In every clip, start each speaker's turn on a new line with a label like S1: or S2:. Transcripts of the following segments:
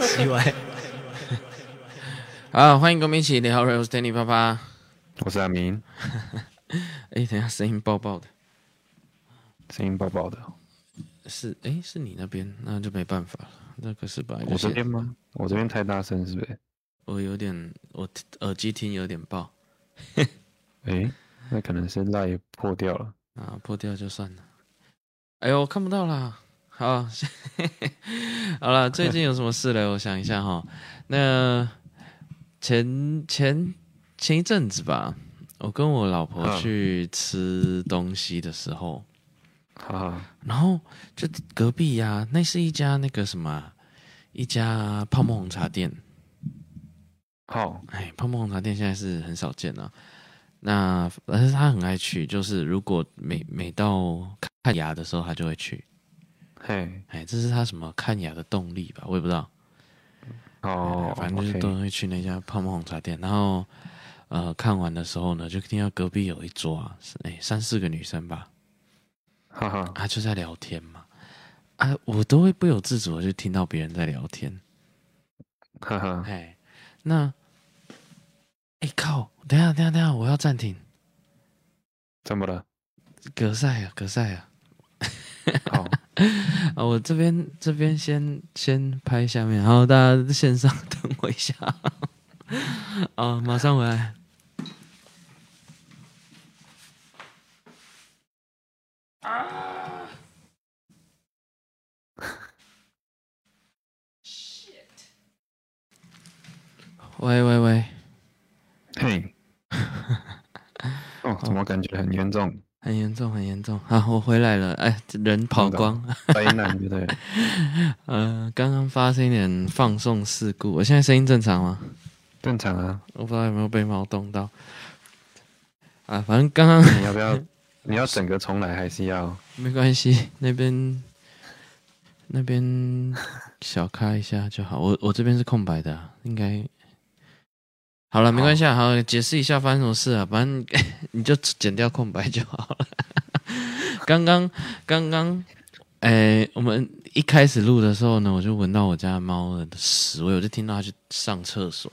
S1: 奇怪，
S2: 啊，欢迎跟我们一起聊 Real Stanley 爸爸。
S3: 我是阿明，
S2: 哎，等一下声音爆爆的，
S3: 声音爆爆的。
S2: 是哎是你那边，那就没办法了，那个是本来就
S3: 我这
S2: 是
S3: 边吗？我这边太大声是不是？
S2: 我有点我听耳机听有点爆
S3: 诶、那可能是赖破掉了。
S2: 啊，破掉就算了。哎呦，我看不到啦。好， 先好了，最近有什么事嘞？我想一下哈，那前前前一阵子吧，我跟我老婆
S3: 嗯
S2: 去吃东西的时候，
S3: 哈哈，
S2: 然后就隔壁呀、那是一家那个什么啊，一家泡沫红茶店。
S3: 好，
S2: 哎，泡沫红茶店现在是很少见了、那但是他很爱去，就是如果每每到看牙的时候，他就会去。
S3: 嘿，
S2: 哎，这是他什么看牙的动力吧？我也不知道。
S3: 哦
S2: 哎，反正就是
S3: OK
S2: 都会去那家泡沫红茶店。然后呃，看完的时候呢，就听到隔壁有一桌啊，是哎三四个女生吧，
S3: 哈哈，
S2: 啊就在聊天嘛。啊，我都会不由自主的就听到别人在聊天。
S3: 哈哈，
S2: 哎，那，哎靠！等一下，等一下，等一下，我要暂停。
S3: 怎么了？
S2: 格赛啊，格赛啊！
S3: 好，
S2: 啊，我这边这边先先拍下面，然后大家线上 等我一下。啊，马上回来。喂喂喂，
S3: 嘿，哦，怎么感觉很严重？
S2: 很严重，很严重。好，我回来了。哎，人跑光。
S3: 灾难，对不对？
S2: 呃，刚刚发生一点放送事故，我现在声音正常吗？
S3: 正常啊。
S2: 我不知道有没有被猫动到。啊，反正刚刚
S3: 你要 不要？你要整个重来，还是要？
S2: 没关系， 那边那边小开一下就好。我我这边是空白的啊、应该好了，没关系啊。好，解释一下发生什么事啊，反正 你就剪掉空白就好了。 刚刚刚刚，哎、我们一开始录的时候呢，我就闻到我家猫的屎味，我就听到它去上厕所，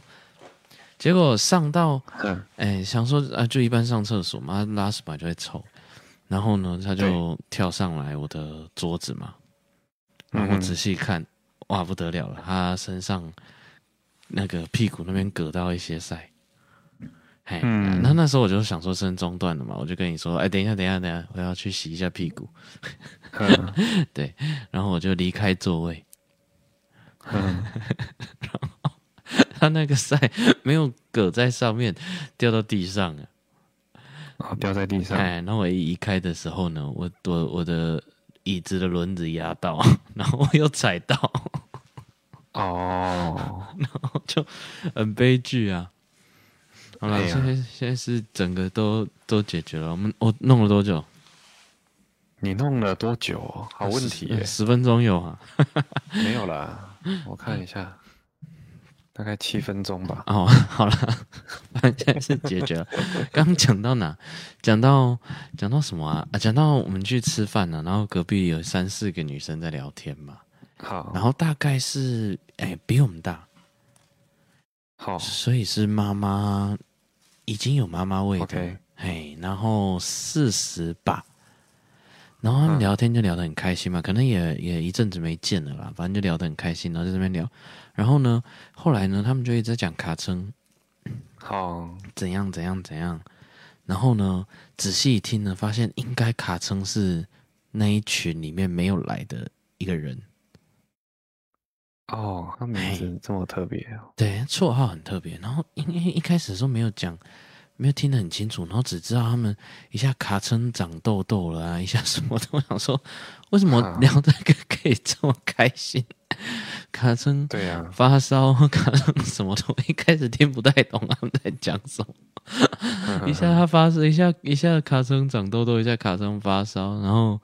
S2: 结果上到
S3: 嗯，
S2: 哎，想说啊，就一般上厕所嘛，啊拉屎本来就会臭，然后呢，他就跳上来我的桌子嘛，然后
S3: 嗯
S2: 仔细看，哇，不得了了，他身上那个屁股那边割到一些塞，嘿，
S3: 嗯
S2: 那那时候我就想说声中断了嘛，我就跟你说，哎，等一下，等一下，等一下，我要去洗一下屁股，
S3: 嗯
S2: 然后我就离开座位，
S3: 嗯，
S2: 他那个塞没有搁在上面，掉到地上啊了。
S3: 哦，掉在地上，
S2: 哎，然后我一移开的时候呢，我我我的椅子的轮子压到， 然后我又踩到，
S3: 哦，
S2: 就很悲剧啊。好了，
S3: 哎呀
S2: 现在现在是整个都都解决了。我们我弄了多久？
S3: 你弄了多久哦？好问题耶
S2: 十，呃十分钟有啊。
S3: 没有啦，我看一下，大概七分钟吧。
S2: 哦， 好了，反正现在是解决了。刚刚讲到哪？讲到讲到什么啊？啊，讲到我们去吃饭呢、然后隔壁有三四个女生在聊天嘛，
S3: 好，
S2: 然后大概是哎比我们大，
S3: 好
S2: 所以是妈妈已经有妈妈味的
S3: ，OK，，
S2: 嘿，然后四十吧，然后他们
S3: 嗯
S2: 聊天就聊得很开心嘛，可能也也一阵子没见了啦，反正就聊得很开心，然后在这边聊，然后呢，后来呢，他们就一直在讲卡称
S3: 好，
S2: 怎样怎样怎样，然后呢，仔细一听呢，发现应该卡称是那一群里面没有来的一个人，
S3: 哦，他名字
S2: 哎
S3: 这么特别哦，
S2: 对，绰号很特别。然后因为一开始的时候没有讲，没有听得很清楚，然后只知道他们一下卡称长痘痘了啊，一下什么的。我想说，为什么
S3: 啊
S2: 聊这个可以这么开心？卡称
S3: 对呀，
S2: 发烧，卡称什么的，我一开始听不太懂他们在讲什么。
S3: 嗯
S2: 一下他发烧，一下一下卡称长痘痘，一下卡称发烧，然后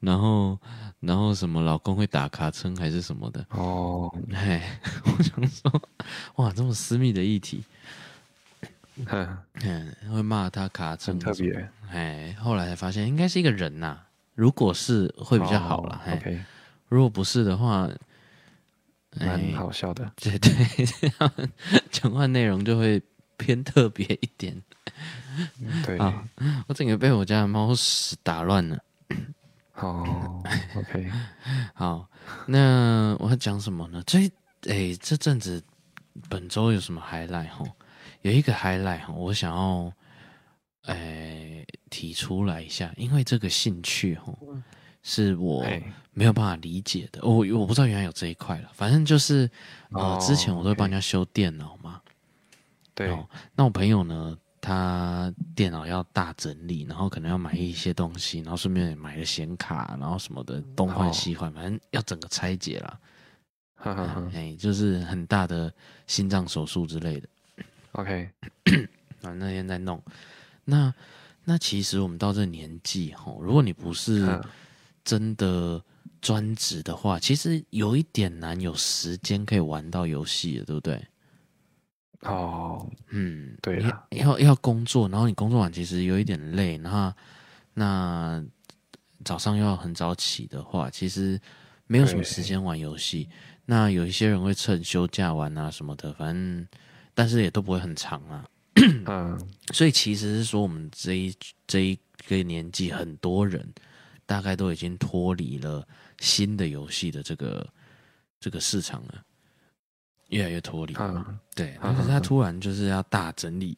S2: 然后然后什么老公会打卡称还是什么的。
S3: 哦，
S2: 哎，我想说，哇，这么私密的议题，
S3: 哼
S2: 嗯，会骂他卡
S3: 很
S2: 称，
S3: 特。别，
S2: 哎，后来才发现应该是一个人呐、如果是会比较好啦。
S3: 哦
S2: 哎、
S3: ，OK，
S2: 如果不是的话，
S3: 蛮
S2: 哎
S3: 好笑的。
S2: 对对， 他们讲话内容就会偏特别一点。
S3: 嗯对，
S2: 啊我整个被我家的猫屎打乱了。
S3: 好，OK，
S2: 好，那我要讲什么呢？最诶，这阵子本周有什么 highlight 吼？有一个 highlight 吼，我想要诶提出来一下，因为这个兴趣吼是我
S3: 哎，
S2: 没有办法理解的。我我不知道原来有这一块了，反正就是呃
S3: 哦，
S2: 之前我都会
S3: OK
S2: 帮人家修电脑嘛。
S3: 对，
S2: 哦，那我朋友呢，他电脑要大整理，然后可能要买一些东西，然后顺便也买了显卡，然后什么的东换
S3: 哦
S2: 西换，反正要整个拆解啦。
S3: 哈哈哈
S2: 哎，就是很大的心脏手术之类的。
S3: ，OK，
S2: 啊，那天在弄。那那其实我们到这年纪吼，如果你不是
S3: 嗯
S2: 真的专职的话，其实有一点难有时间可以玩到游戏的，对不对？
S3: 哦，
S2: 嗯，
S3: 对
S2: 你
S3: 啦
S2: 要要工作，然后你工作完其实有一点累，然后那早上又要很早起的话，其实没有什么
S3: 对
S2: 时间玩游戏。那有一些人会趁休假玩啊什么的，反正但是也都不会很长啊。
S3: 嗯，
S2: 所以其实是说，我们这一这一个年纪，很多人大概都已经脱离了新的游戏的这个这个市场了，越来越脱离。
S3: 嗯，
S2: 对，
S3: 嗯
S2: 可是他突然就是要大整理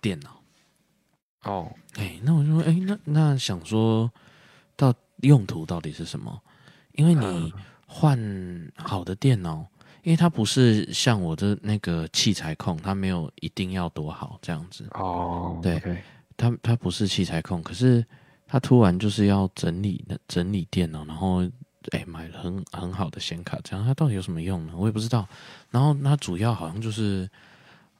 S2: 电脑，
S3: 哦，
S2: 哎、那我就说，哎、那那想说到用途到底是什么？因为你换好的电脑，因为它不是像我的那个器材控，它没有一定要多好这样子，
S3: 哦，
S2: 对
S3: OK，
S2: 它它不是器材控，可是它突然就是要整理整理电脑，然后哎、买了很很好的显卡，这样它到底有什么用呢？我也不知道。然后它主要好像就是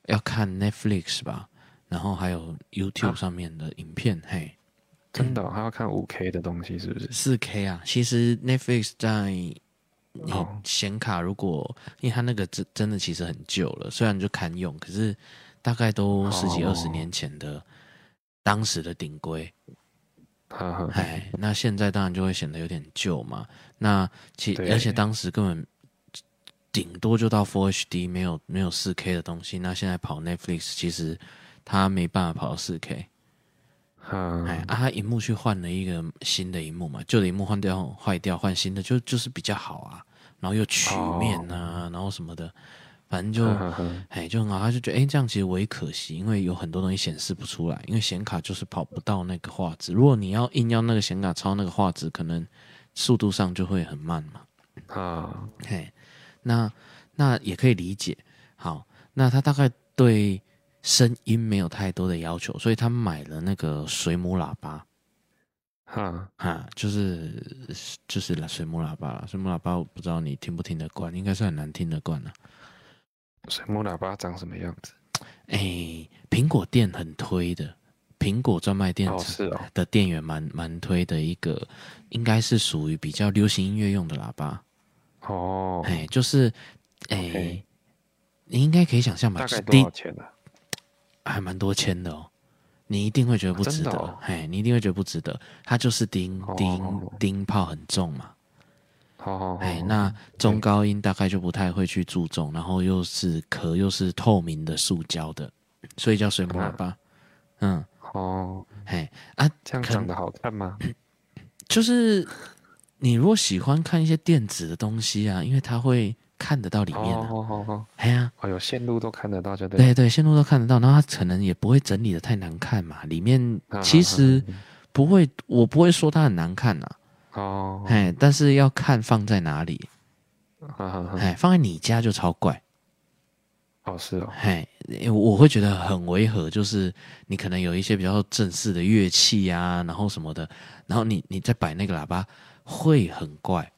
S2: 要看 Netflix 吧，然后还有 YouTube
S3: 啊
S2: 上面的影片，嘿。
S3: 真的哦，他要看五 K 的东西是不是？
S2: 四 K 啊，其实 Netflix 在你
S3: 哦
S2: 显卡如果，因为它那个真真的其实很旧了，虽然就堪用，可是大概都十几
S3: 哦
S2: 二十年前的当时的顶规，
S3: 哈哈，
S2: 哎，那现在当然就会显得有点旧嘛。那其
S3: 对
S2: 而且当时根本顶多就到 Full HD，没有没有四 K 的东西。那现在跑 Netflix，其实它没办法跑到四 K。哎
S3: 嗯，
S2: 啊，他荧幕去换了一个新的荧幕嘛，旧的荧幕换掉坏掉，换新的就就是比较好啊，然后又曲面啊，然后什么的，反正就
S3: 哈哈哈，
S2: 哎就很好，他就觉得哎、这样其实我也可惜，因为有很多东西显示不出来，因为显卡就是跑不到那个画质，如果你要硬要那个显卡超那个画质，可能速度上就会很慢嘛。
S3: 啊，
S2: 嘿，那那也可以理解。好，那他大概对声音没有太多的要求，所以他买了那个水母喇叭，
S3: 哈，
S2: 哈，就是就是水母喇叭啦。水母喇叭我不知道你听不听得惯，应该是很难听得惯了、
S3: 水母喇叭长什么样子？
S2: 哎、苹果店很推的，苹果专卖店
S3: 哦，是哦，
S2: 的店员蛮蛮推的一个，应该是属于比较流行音乐用的喇叭。
S3: 哦，
S2: 哎、就是哎。
S3: OK
S2: 你应该可以想象吧，
S3: 大
S2: 就
S3: 概
S2: 是
S3: 多
S2: 第
S3: 少钱呢？
S2: 还蛮多钱的哦，你一定会觉得不值得，
S3: 真的哦
S2: 嘿，你一定会觉得不值得。它就是钉
S3: 哦
S2: 钉钉炮很重嘛，
S3: 好好好，
S2: 哎，那中高音大概就不太会去注重，然后又是壳又是透明的塑胶的，所以叫水母
S3: 啊
S2: 喇叭。嗯，
S3: 哦，
S2: 嘿啊，
S3: 这样
S2: 可
S3: 长得好看吗？
S2: 就是你如果喜欢看一些电子的东西啊，因为它会看得到里
S3: 哦
S2: 面啊，
S3: 哦哦哦，
S2: 哎呀、
S3: 哦，有线路都看得到，就对了。
S2: 对对，线路都看得到，然后它可能也不会整理的太难看嘛，里面
S3: 哈哈哈
S2: 其实。不会，我不会说它很难看呐、
S3: 哦，
S2: 哎，但是要看放在哪里，
S3: 哈哈哈，
S2: 哎，放在你家就超怪，
S3: 哦是哦，
S2: 哎，我会觉得很违和，就是你可能有一些比较正式的乐器啊，然后什么的，然后你你再摆那个喇叭会很怪，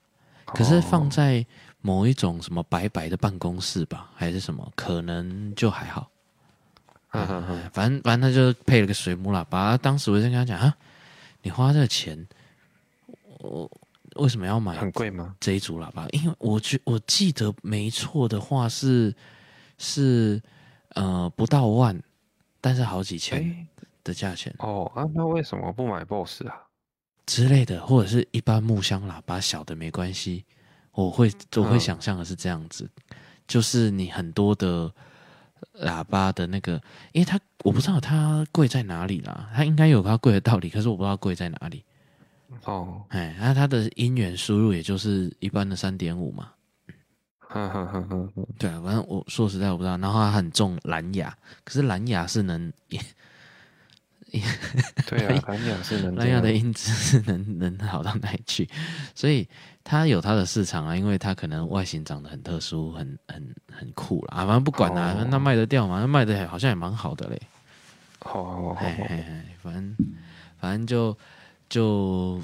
S2: 可是放
S3: 哦
S2: 在某一种什么白白的办公室吧，还是什么，可能就还好。
S3: 哈哈哈，
S2: 反正反正他就配了个水母喇叭。当时我就跟他讲啊，你花这个钱，我为什么要买
S3: 很贵吗？
S2: 这一组喇叭，因为我觉我记得没错的话是是呃不到万，但是好几千
S3: 哎，
S2: 的价钱
S3: 哦啊，那为什么不买 BOSS 啊？
S2: 之类的，或者是一般木箱喇叭小的没关系，我会我会
S3: 嗯
S2: 想象的是这样子，就是你很多的喇叭的那个，因为它我不知道它贵在哪里啦，它应该有它贵的道理，可是我不知道贵在哪里。
S3: 哦，
S2: 哎，那它的音源输入也就是一般的三点五嘛，
S3: 哈哈哈哈哈，
S2: 对啊，反正我说实在我不知道。然后它很重蓝牙，可是蓝牙是能
S3: 对啊，蓝牙是能这
S2: 哎蓝牙
S3: 样
S2: 的音质是能能好到哪里去？所以它有它的市场啊，因为它可能外形长得很特殊，很很很酷啦。啊，反正不管啦、
S3: 哦
S2: 那卖得掉嘛，那卖的好像也蛮好的嘞。
S3: 哦，
S2: 嘿嘿嘿，反正反正就就，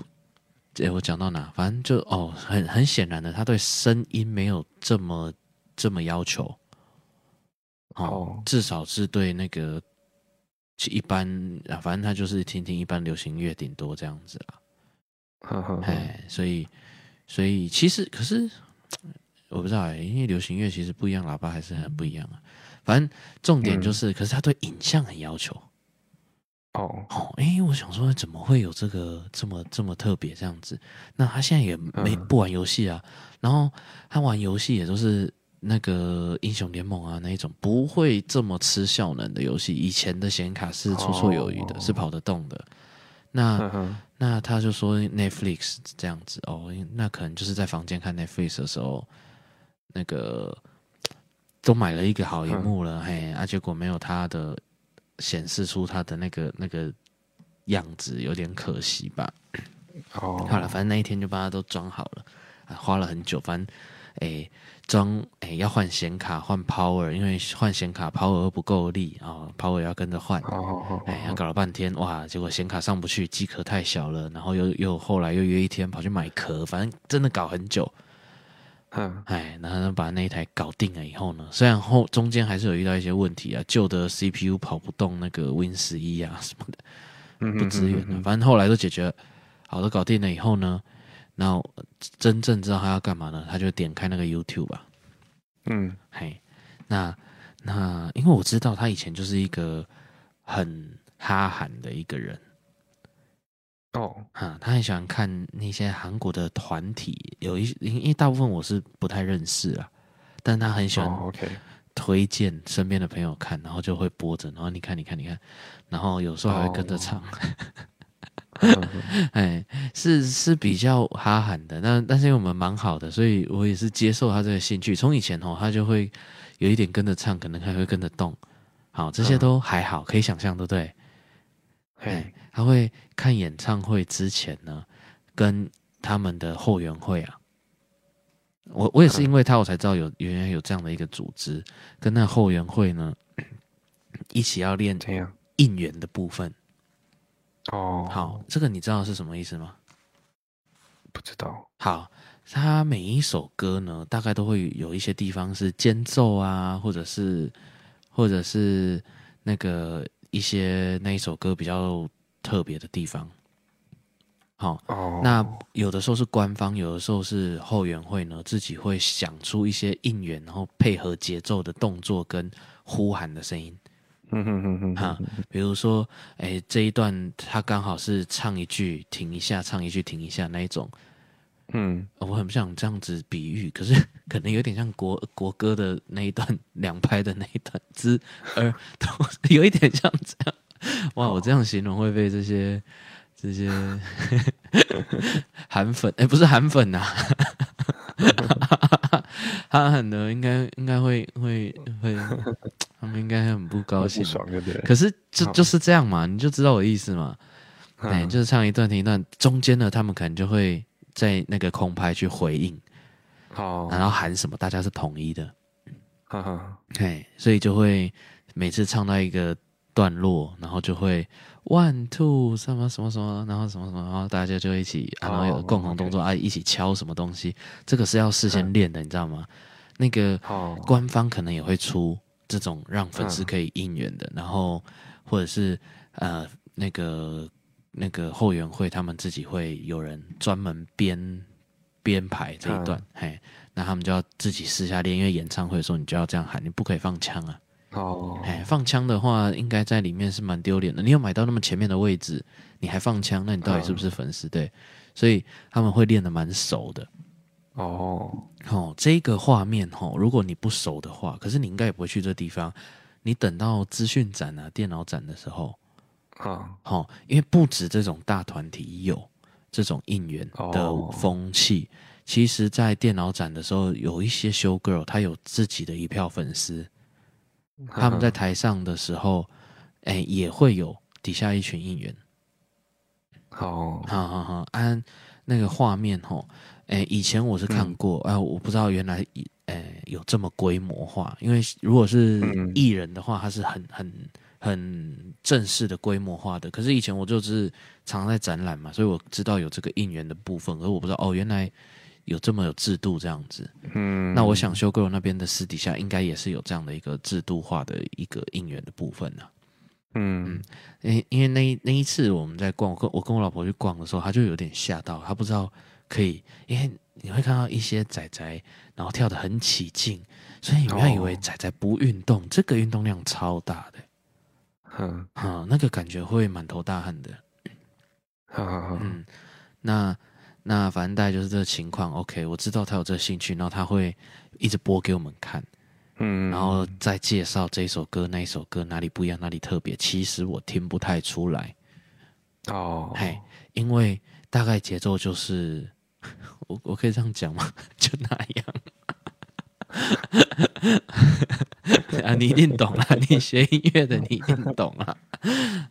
S2: 诶、我讲到哪？反正就哦，很很显然的，他对声音没有这么这么要求。哦，
S3: 哦
S2: 至少是对那个其一般啊，反正他就是听听一般流行乐，顶多这样子啦。
S3: 哈哈哈，
S2: 哎，所以所以其实可是我不知道哎、因为流行乐其实不一样，喇叭还是很不一样啊。反正重点就是，可是他对影像很要求
S3: 哦，
S2: 哦。哎、我想说怎么会有这个这么这么特别这样子？那他现在也没、
S3: 嗯
S2: 不玩游戏啊，然后他玩游戏也都是那个英雄联盟啊那一种不会这么吃效能的游戏。以前的显卡是绰绰有余的，
S3: 哦
S2: 是跑得动的。那、
S3: 哈哈，
S2: 那他就说 Netflix 这样子哦，因那可能就是在房间看 Netflix 的时候，那个都买了一个好荧幕了，嘿，啊，结果没有他的显示出他的那个那个样子，有点可惜吧。
S3: 哦，
S2: 好了，反正那一天就把它都装好了，啊，花了很久，反正诶装诶要换显卡换 Power，因为换显卡 Power 又不够力啊、哦、，Power 要跟着换，
S3: 哦，哦
S2: 哎，他搞了半天，哇，结果显卡上不去，机壳太小了，然后又又后来又约一天跑去买壳，反正真的搞很久，
S3: 哦，
S2: 哎，然后把那一台搞定了以后呢，虽然后中间还是有遇到一些问题啊，旧的 CPU 跑不动那个 Win 十一啊什么的，
S3: 嗯，
S2: 不支援了
S3: 嗯，
S2: 反正后来都解决了，好都搞定了以后呢，然后真正知道他要干嘛呢，他就点开那个 YouTube 吧、
S3: 嗯，
S2: 嘿，那那因为我知道他以前就是一个很哈韩的一个人。
S3: 哦，
S2: 啊，他很喜欢看那些韩国的团体，有一因因为大部分我是不太认识啊，但他很喜欢
S3: 哦，OK，
S2: 推荐身边的朋友看，然后就会播着，然后你看你看你看，然后有时候还会
S3: 哦
S2: 跟着唱，
S3: 嗯
S2: 哎，是是比较哈韩的，但但是因为我们蛮好的，所以我也是接受他这个兴趣。从以前哦，他就会有一点跟着唱，可能还会跟着动，好，这些
S3: 嗯
S2: 都还好，可以想象，对不对？哎
S3: 嘿，，
S2: 他会看演唱会之前呢，跟他们的后援会啊，我我也是因为他我才知道有原来有这样的一个组织，跟那后援会呢 一起要练
S3: 这样，
S2: 应援的部分。
S3: 哦，
S2: 好，，这个你知道是什么意思吗？
S3: 不知道，
S2: 好，他每一首歌呢，大概都会有一些地方是间奏啊，或者是或者是那个一些那一首歌比较特别的地方。好、
S3: 哦，
S2: 那有的时候是官方，有的时候是后援会呢，自己会想出一些应援，然后配合节奏的动作跟呼喊的声音。
S3: 嗯哼哼哼，
S2: 哈，比如说，哎，这一段他刚好是唱一句停一下，唱一句停一下那一种。
S3: 嗯，
S2: 呃我很不想这样子比喻，可是 可能有点像国国歌的那一段两拍的那一段之而都是有一点像这样。哇，我这样形容会被这些这些 韩粉哎、不是韩粉呐、啊，韩粉的应该应该会会会，他们应该很不高
S3: 嗯不
S2: 兴。
S3: 爽对不对？
S2: 可是就
S3: 好
S2: 就是这样嘛，你就知道我的意思嘛。哎、
S3: 嗯
S2: 就是唱一段停一段，中间呢，他们可能就会在那个空拍去回应，
S3: 哦，
S2: 然后喊什么，大家是统一的，
S3: 哈哈，
S2: 哎，所以就会每次唱到一个段落，然后就会 one two 什么什么什么，然后什么什么，然后大家就一起，啊、然后有
S3: 哦
S2: 共同动作、啊，一起敲什么东西，这个是要事
S3: 嗯
S2: 先练的，你知道吗？那个
S3: 哦，
S2: 官方可能也会出这种让粉丝可以应援的，然后或者是呃那个那个后援会他们自己会有人专门编编排这一段，嘿，那他们就要自己私下练，因为演唱会的时候你就要这样喊，你不可以放枪啊，
S3: 哦，
S2: 哎，放枪的话应该在里面是蛮丢脸的，你有买到那么前面的位置，你还放枪，那你到底是不是粉丝？对，所以他们会练得蛮熟的。
S3: 哦，
S2: 哦，这个画面哦，如果你不熟的话，可是你应该也不会去这地方。你等到资讯展啊、电脑展的时候，
S3: 啊，
S2: 哦，因为不止这种大团体有这种应援的
S3: 哦
S2: 风气，其实，在电脑展的时候，有一些修 girl 她有自己的一票粉丝，他 们在台上的时候，哎、也会有底下一群应援。
S3: 哦，
S2: 好好好，按那个画面吼，哎、以前我是
S3: 嗯
S2: 看过，哎、我不知道原来以，哎、有这么规模化，因为如果是
S3: 嗯
S2: 艺人的话，他是很很很正式的规模化的，可是以前我就是常在展览嘛，所以我知道有这个应援的部分，而我不知道哦，原来有这么有制度这样子。
S3: 嗯，
S2: 那我想修 girl 那边的私底下应该也是有这样的一个制度化的一个应援的部分啊呢、
S3: 嗯，
S2: 因因为那一那一次我们在逛，我跟我跟我老婆去逛的时候，她就有点吓到，她不知道可以，因为你会看到一些仔仔，然后跳得很起劲，所以你不要以为
S3: 哦
S2: 仔仔不运动，这个运动量超大的，
S3: 哼，
S2: 啊、那个感觉会满头大汗的。
S3: 哈哈哈，
S2: 嗯，那那反正大概就是这个情况。OK，我知道他有这个兴趣，然后他会一直播给我们看，
S3: 嗯，
S2: 然后再介绍这一首歌、那一首歌哪里不一样、哪里特别。其实我听不太出来。
S3: 哦，
S2: 嘿，因为大概节奏就是， 我我可以这样讲吗？ 就那样。 啊，你一定懂啦！你学音乐的，你一定懂啦。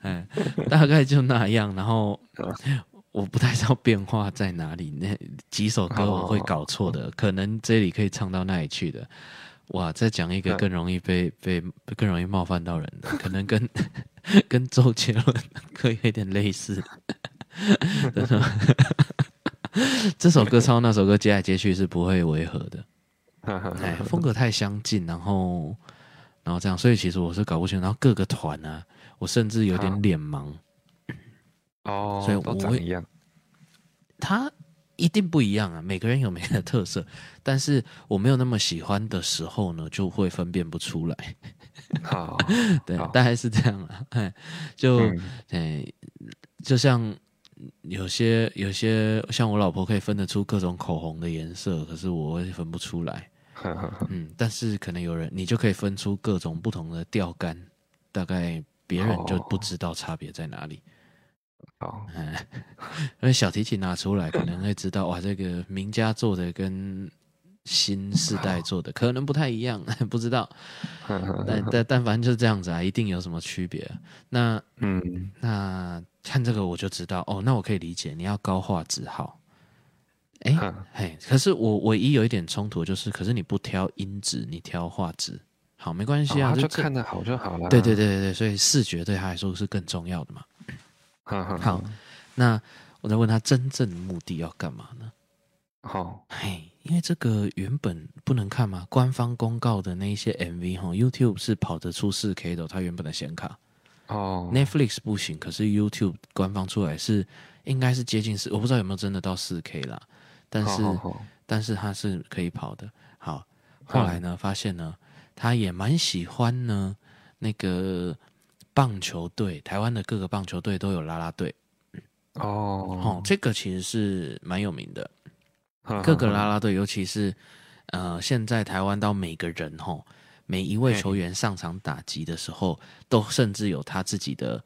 S2: 嗯，大概就那样。然后我不太知道变化在哪里，那几首歌我会搞错的，可能这里可以唱到那里去的。哇，再讲一个
S3: 嗯
S2: 更容易被被更容易冒犯到人的，可能跟 跟周杰伦的歌有点类似。 真的这首歌抄那首歌接来接去是不会违和的，
S3: 哈哈
S2: 哎，
S3: 哈，
S2: 风格太相近，然后然后这样，所以其实我是搞不清楚。然后各个团啊，我甚至有点脸盲，
S3: 哦，
S2: 所以我
S3: 都长
S2: 会
S3: 一样，
S2: 它一定不一样啊，每个人有每个的特色，但是我没有那么喜欢的时候呢，就会分辨不出来。
S3: 好，
S2: 对
S3: 好，
S2: 大概是这样啊，哎，就。
S3: 嗯
S2: 哎，就像有些有些像我老婆可以分得出各种口红的颜色，可是我会分不出来。
S3: 哈哈哈，
S2: 嗯，但是可能有人你就可以分出各种不同的钓竿，大概别人就不知道差别在哪里。
S3: 好，
S2: 哎，因为小提琴拿出来，可能会知道哇，这个名家做的跟。新世代做的可能不太一样，不知道，
S3: 哈哈，
S2: 但但但反正就是这样子啊，一定有什么区别、那
S3: 嗯，
S2: 那看这个我就知道哦，那我可以理解你要高画质好。哎、
S3: 哈，
S2: 嘿，可是我唯一有一点冲突就是，可是你不挑音质，你挑画质，好没关系啊，
S3: 他就
S2: 这
S3: 看着好就好了，
S2: 对对对对对，所以视觉对他来说是更重要的嘛。
S3: 哈哈，
S2: 好，那我再问他真正的目的要干嘛呢？
S3: 好，
S2: 嘿，因为这个原本不能看嘛，官方公告的那一些 MV 哈，YouTube 是跑得出 4K 的哦，它原本的显卡。
S3: 哦，
S2: Netflix 不行，可是 YouTube 官方出来是应该是接近四，我不知道有没有真的到四 K 啦，但是
S3: 好好好
S2: 但是它是可以跑的。好，后
S3: 嗯
S2: 来呢，发现呢，他也蛮喜欢呢那个棒球队，台湾的各个棒球队都有啦啦队，哦
S3: 哦，，嗯
S2: 这个其实是蛮有名的，
S3: 哈
S2: 各个
S3: 哈
S2: 啦啦队，尤其是呃，现在台湾到每个人吼，每一位
S3: 嘿
S2: 球员上场打击的时候，都甚至有他自己的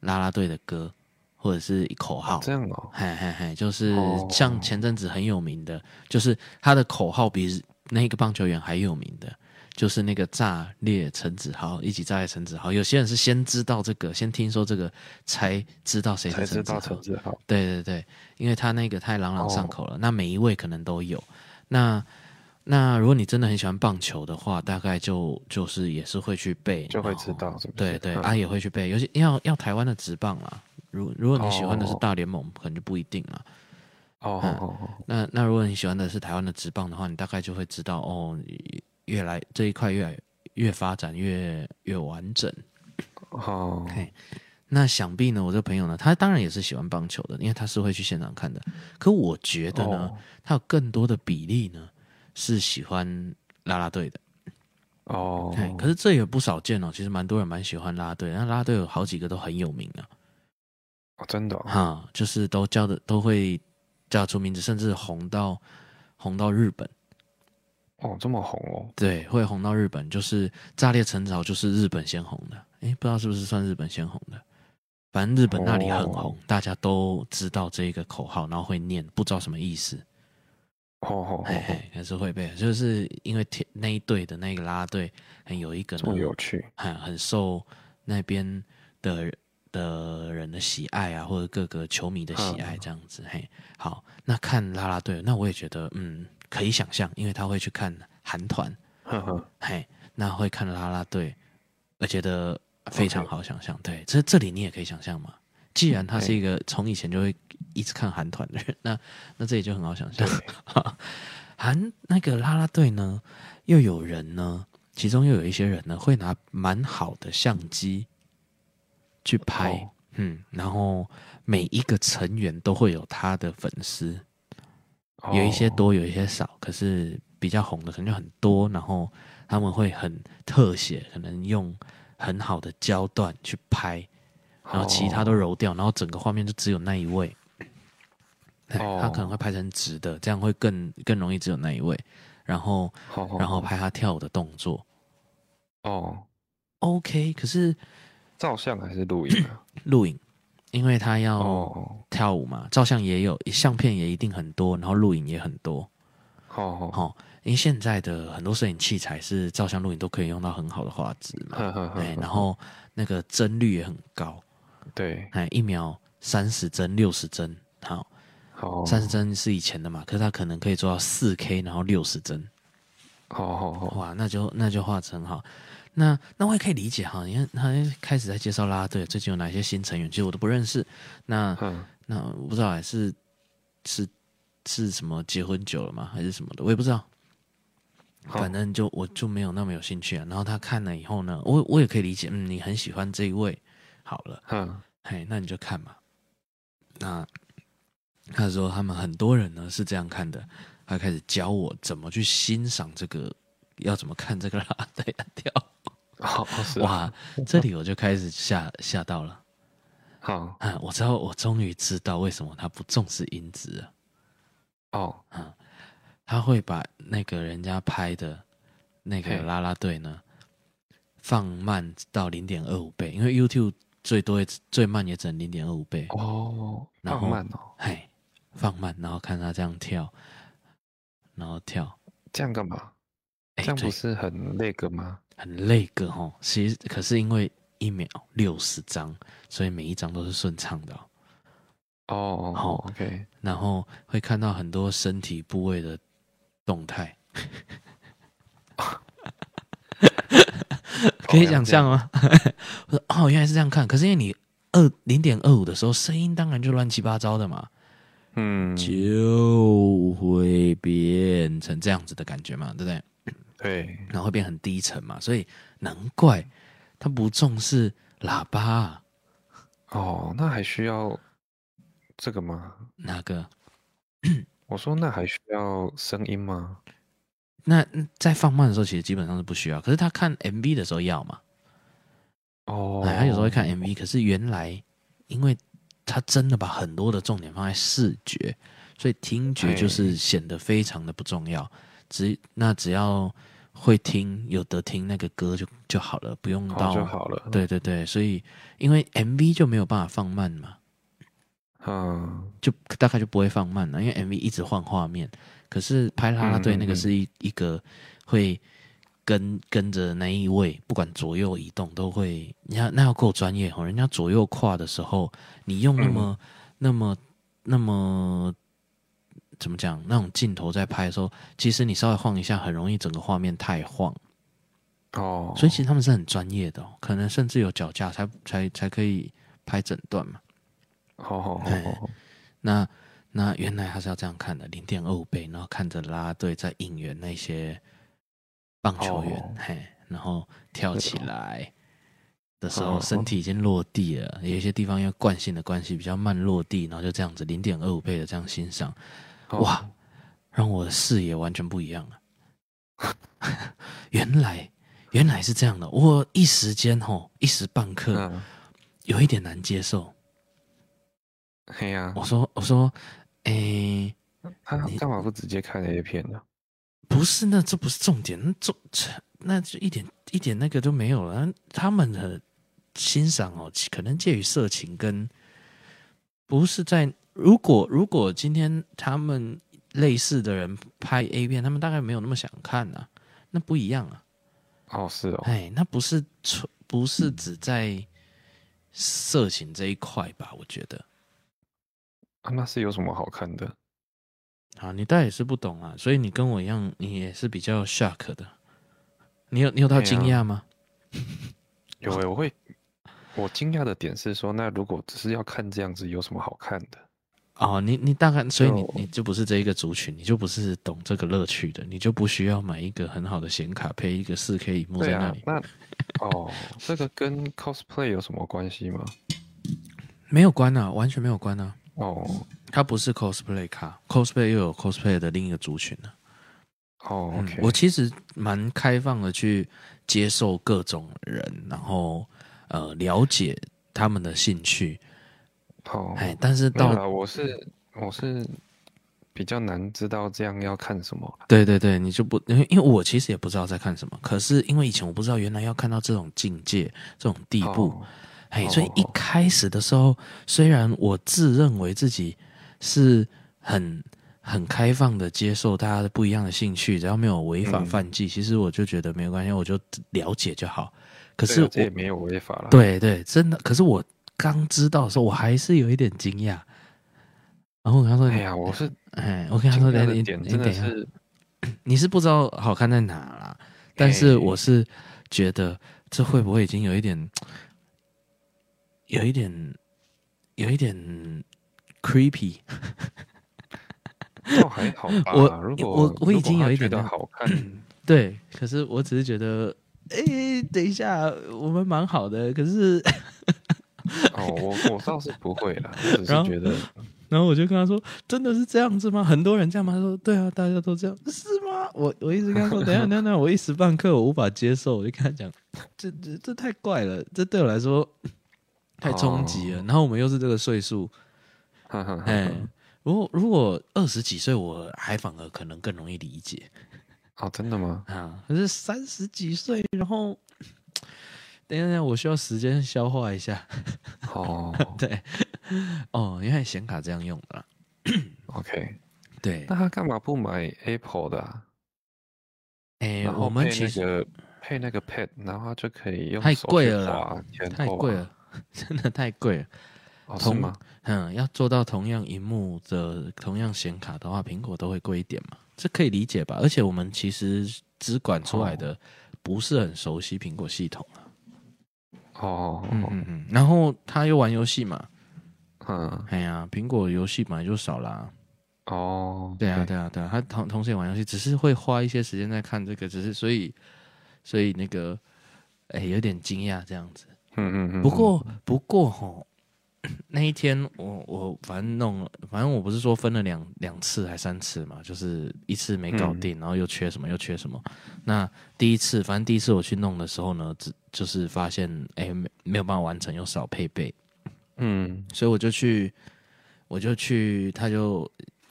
S2: 啦啦队的歌或者是口号
S3: 哈，。这样哦，
S2: 嘿嘿嘿，就是
S3: 哦
S2: 像前阵子很有名的，就是他的口号比那个棒球员还有名的，就是那个炸裂陈子豪，一起炸裂陈子豪。有些人是先知道这个，先听说这个，才知道谁
S3: 才
S2: 是
S3: 知
S2: 陈子
S3: 道
S2: 豪。
S3: 陈哦志豪，
S2: 对对对，因为他那个太朗朗上口了，那每一位可能都有。那那如果你真的很喜欢棒球的话，大概就就是也是会去背，
S3: 就会
S2: 然后
S3: 知。道是不
S2: 对
S3: 是？
S2: 对，
S3: 嗯
S2: 啊也会去背，尤其要要台湾的职棒啦。如如果你喜欢的是
S3: 哦
S2: 大联盟，可能就不一定啦。
S3: 哦
S2: 嗯
S3: 哦哦，
S2: 那那如果你喜欢的是台湾的职棒的话，你大概就会知道哦，越来这一块越来越发展越越完整。
S3: 哦，
S2: 嘿那想必呢，我这个朋友呢，他当然也是喜欢棒球的，因为他是会去现场看的。可我觉得呢，
S3: 哦
S2: 他有更多的比例呢是喜欢啦啦队的。
S3: 哦
S2: 嘿，可是这也不少见哦，其实蛮多人蛮喜欢啦啦队，那啦啦队有好几个都很有名啊，
S3: 哦真的哦，
S2: 哈，就是都叫的都会叫出名字，甚至红到红到日本，
S3: 哦，这么红哦，
S2: 对，会红到日本，就是《炸裂成潮》就是日本先红的，诶，不知道是不是算日本先红的，反正日本那里很红，
S3: 哦
S2: 大家都知道这个口号，然后会念，不知道什么意思，
S3: 哦哦
S2: 嘿
S3: 哦，
S2: 嘿，还是会被，就是因为天那一队的那个啦啦队很有一个
S3: 这么
S2: 呢，
S3: 有趣，
S2: 很很受那边的的人的喜爱啊，或者各个球迷的喜爱这样子。嘿，好，那看啦啦队，那我也觉得嗯可以想象，因为他会去看韩团，
S3: 呵呵，
S2: 嘿，那会看啦啦队，我觉得非常好想象。对，这这里你也可以想象嘛。既然他是一个从以前就会一直看韩团的人，那那这里就很好想象。 韩那个啦啦队呢，又有人呢，其中又有一些人呢，会拿蛮好的相机去拍，
S3: 哦
S2: 嗯，然后每一个成员都会有他的粉丝，
S3: 哦
S2: 有一些多，有一些少，可是比较红的可能就很多，然后他们会很特写，可能用很好的焦段去拍，然后其
S3: 哦
S2: 他都揉掉，然后整个画面就只有那一位。哎
S3: 哦
S2: 他可能会拍成直的，这样会更更容易只有那一位。然后
S3: 哦，哦
S2: 然后拍他跳舞的动作。
S3: 哦，
S2: OK，可是
S3: 照相还是录影啊？
S2: 录影，因为他要
S3: 哦
S2: 跳舞嘛，照相也有，相片也一定很多，然后录影也很多。
S3: 哦哦，
S2: 哦，因为现在的很多摄影器材是照相、录影都可以用到很好的画质嘛，
S3: 呵呵呵，
S2: 对，然后那个帧率也很高，
S3: 对，
S2: 哎，一秒三十帧、六十帧，好，
S3: 好，
S2: 三十帧是以前的嘛，可是它可能可以做到四 K，然后六十帧，
S3: 好好好，
S2: 哇，那就那就画质很好。那那我也可以理解哈，因为他开始在介绍啦啦队最近有哪些新成员，其实我都不认识。那
S3: 嗯，
S2: 那我不知道欸是是是什么结婚久了吗，还是什么的，我也不知道。
S3: 好
S2: 反正就我就没有那么有兴趣啊。然后他看了以后呢，我我也可以理解，嗯，你很喜欢这一位，好了，
S3: 嗯，
S2: 嘿，那你就看嘛。那他说他们很多人呢是这样看的，他开始教我怎么去欣赏这个，要怎么看这个啦啦队的跳舞。
S3: 好是啊，
S2: 哇，这里我就开始吓吓到了。
S3: 好
S2: 啊！我知道，我终于知道为什么他不重视音质了。
S3: 哦
S2: 他会把那个人家拍的那个
S3: 嘿
S2: 啦啦队呢放慢到零点二五倍，因为 YouTube 最多也只最慢也只能零点二五倍。
S3: 哦，
S2: 然后
S3: 放慢哦，
S2: 哎，放慢，然后看他这样跳，然后跳，
S3: 这样干嘛？
S2: 哎，
S3: 这样不
S2: 对，
S3: 是很那个吗？
S2: 很累个哦。其实可是因为一秒六十张，所以每一张都是顺畅的哦、
S3: 哦哦
S2: 好
S3: 哦，OK，
S2: 然后会看到很多身体部位的动态。 可以想象吗？我说哦，原来是这样看。可是因为你二零点二五的时候，声音当然就乱七八糟的嘛，
S3: 嗯，
S2: 就会变成这样子的感觉嘛，对不对？
S3: 对，
S2: 然后会变很低沉嘛，所以难怪他不重视喇叭啊、
S3: 哦，那还需要这个吗？
S2: 那个。
S3: 我说那还需要声音吗？
S2: 那嗯在放慢的时候，其实基本上是不需要。可是他看 MV 的时候要嘛，
S3: 哦，
S2: 哎，他有时候会看 MV，可是原来因为他真的把很多的重点放在视觉，所以听觉
S3: 哎
S2: 就是显得非常的不重要。只那只要会听，有得听那个歌就就好了，不用
S3: 好
S2: 到
S3: 哦
S2: 哦
S3: 就好了。，
S2: 对对对，所以因为 MV 就没有办法放慢嘛，
S3: 嗯，
S2: 就大概就不会放慢了，因为 MV 一直换画面。可是拍啦啦队
S3: 嗯嗯
S2: 那个是一一个会跟跟着那一位，不管左右移动都会，你看那要够专业哦。人家左右跨的时候，你用那么、
S3: 嗯
S2: 那么那么怎么讲那种镜头在拍的时候，其实你稍微晃一下，很容易整个画面太晃。
S3: 哦，
S2: 所以其实他们是很专业的、哦，可能甚至有脚架才才才可以拍整段嘛。
S3: 好好好
S2: 哎
S3: 好好，
S2: 那那原来他是要这样看的，零点二五倍，然后看着啦啦队在应援那些棒球员，
S3: 哦
S2: 嘿，然后跳起来的时候，
S3: 哦
S2: 身体已经落地了，有一些地方因为惯性的关系比较慢落地，然后就这样子零点二五倍的这样欣赏，
S3: 好
S2: 哇，让我的视野完全不一样了。 原来原来是这样的，我一时间吼一时半刻
S3: 嗯，
S2: 有一点难接受。
S3: 嘿呀，
S2: 我说我说，诶、
S3: 他干嘛不直接看 A 片呢、
S2: 不是，那这不是重点，那重那就一点一点那个都没有了。他们的欣赏哦，其可能介于色情跟不是在如果如果今天他们类似的人拍 A 片，他们大概没有那么想看啊，那不一样啊。
S3: 哦，是哦，
S2: 哎，那不是纯不是只在色情这一块吧？我觉得
S3: 啊，那是有什么好看的？
S2: 啊，你倒也是不懂啊，所以你跟我一样，你也是比较 shock 的。你有你有到
S3: 对啊
S2: 惊讶吗？
S3: 有诶、我会，我惊讶的点是说，那如果只是要看这样子，有什么好看的？
S2: 哦，你你大概，所以你
S3: 就
S2: 你就不是这一个族群，你就不是懂这个乐趣的，你就不需要买一个很好的显卡配一个四 K 屏幕
S3: 对
S2: 在那
S3: 啊
S2: 里，，
S3: 那哦，这个跟 cosplay 有什么关系吗？
S2: 没有关啊，完全没有关啊，
S3: 哦
S2: 它不是 cosplay 卡，cosplay 又有 cosplay 的另一个族群呢、
S3: 哦
S2: 嗯
S3: ，OK，
S2: 我其实蛮开放的去接受各种人，然后呃了解他们的兴趣，
S3: 好，
S2: 哎、但是
S3: 哦没有
S2: 到
S3: 啦，我是我是比较难知道这样要看什么。
S2: 对对对，你就不因为因为我其实也不知道在看什么，可是因为以前我不知道原来要看到这种境界这种地步。
S3: 哦
S2: 嘿，
S3: 哦
S2: 所以一开始的时候，虽然我自认为自己是很很开放的接受大家的不一样的兴趣，只要没有违法
S3: 嗯
S2: 犯纪，其实我就觉得没有关系，我就了解就好。可
S3: 对
S2: 是
S3: 啊
S2: 我
S3: 这也没有违法啦。
S2: 对对，真的，可是我刚知道的时候，我还是有一点惊讶。然后我跟他说：“
S3: 哎呀，我是
S2: 哎，我跟他
S3: 惊
S2: 说，等一下
S3: 讶的
S2: 你
S3: 点
S2: 你
S3: 真
S2: 等
S3: 的
S2: 一下，
S3: 是，
S2: 你是不知道好看在哪啦，但是
S3: 嘿
S2: 我是觉得这会不会已经有一点，有一点，有一点 creepy？
S3: 倒还好吧。
S2: 我
S3: 如果
S2: 我我已经有一点
S3: 如
S2: 那
S3: 果他觉得好看，
S2: 对，可是我只是觉得，哎、等一下，我们蛮好的，可是，
S3: 哦，我我倒是不会啦，我只
S2: 然
S3: 是
S2: 后
S3: 觉得
S2: 然后我就跟他说，真的是这样子吗？很多人这样吗？他说，对啊，大家都这样，是吗？我我一直跟他说，等一下，等一下等一下，我一时半刻我无法接受，我就跟他讲，这这这太怪了，这对我来
S3: 哦
S2: 说太冲击了。然后我们又是这个岁数，
S3: 哈哈哈
S2: 哎，如果如果二十几岁，我还反而可能更容易理解
S3: 哦，真的吗？
S2: 啊。可是三十几岁，然后等一下，等一下，我需要时间消化一下。
S3: 哦
S2: 对，哦，因为显卡这样用的啦。
S3: ，OK，
S2: 对，
S3: 那他干嘛不买 Apple 的啊？
S2: 哎，
S3: 然
S2: 我
S3: 后
S2: 们
S3: 配
S2: 其
S3: 那
S2: 实
S3: 个配那个 Pad，然后他就可以用
S2: 太
S3: 手
S2: 贵
S3: 去
S2: 了啦
S3: 划前
S2: 太
S3: 后
S2: 贵
S3: 啊
S2: 了。， 真的太贵了。
S3: 哦，是
S2: 同
S3: 吗？
S2: 嗯，要做到同样荧幕的同样显卡的话，苹果都会贵一点嘛，这可以理解吧？而且我们其实资管出来的不是很熟悉苹果系统啊。
S3: 哦，
S2: 嗯嗯嗯。然后他又玩游戏嘛，
S3: 嗯，
S2: 哎呀，苹果游戏本来就少啦。
S3: 哦，
S2: 对啊，对啊，对啊，他同同时也玩游戏，只是会花一些时间在看这个，只是所以所以那个，哎，有点惊讶这样子。
S3: 嗯嗯嗯。
S2: 不过不过吼， 那一天我我反正弄了，反正我不是说分了两两次还三次嘛，就是一次没搞
S3: 嗯
S2: 定，然后又缺什么又缺什么。那第一次，反正第一次我去弄的时候呢，只就是发现哎、没没有办法完成，又少配备，
S3: 嗯，
S2: 所以我就去我就去，他就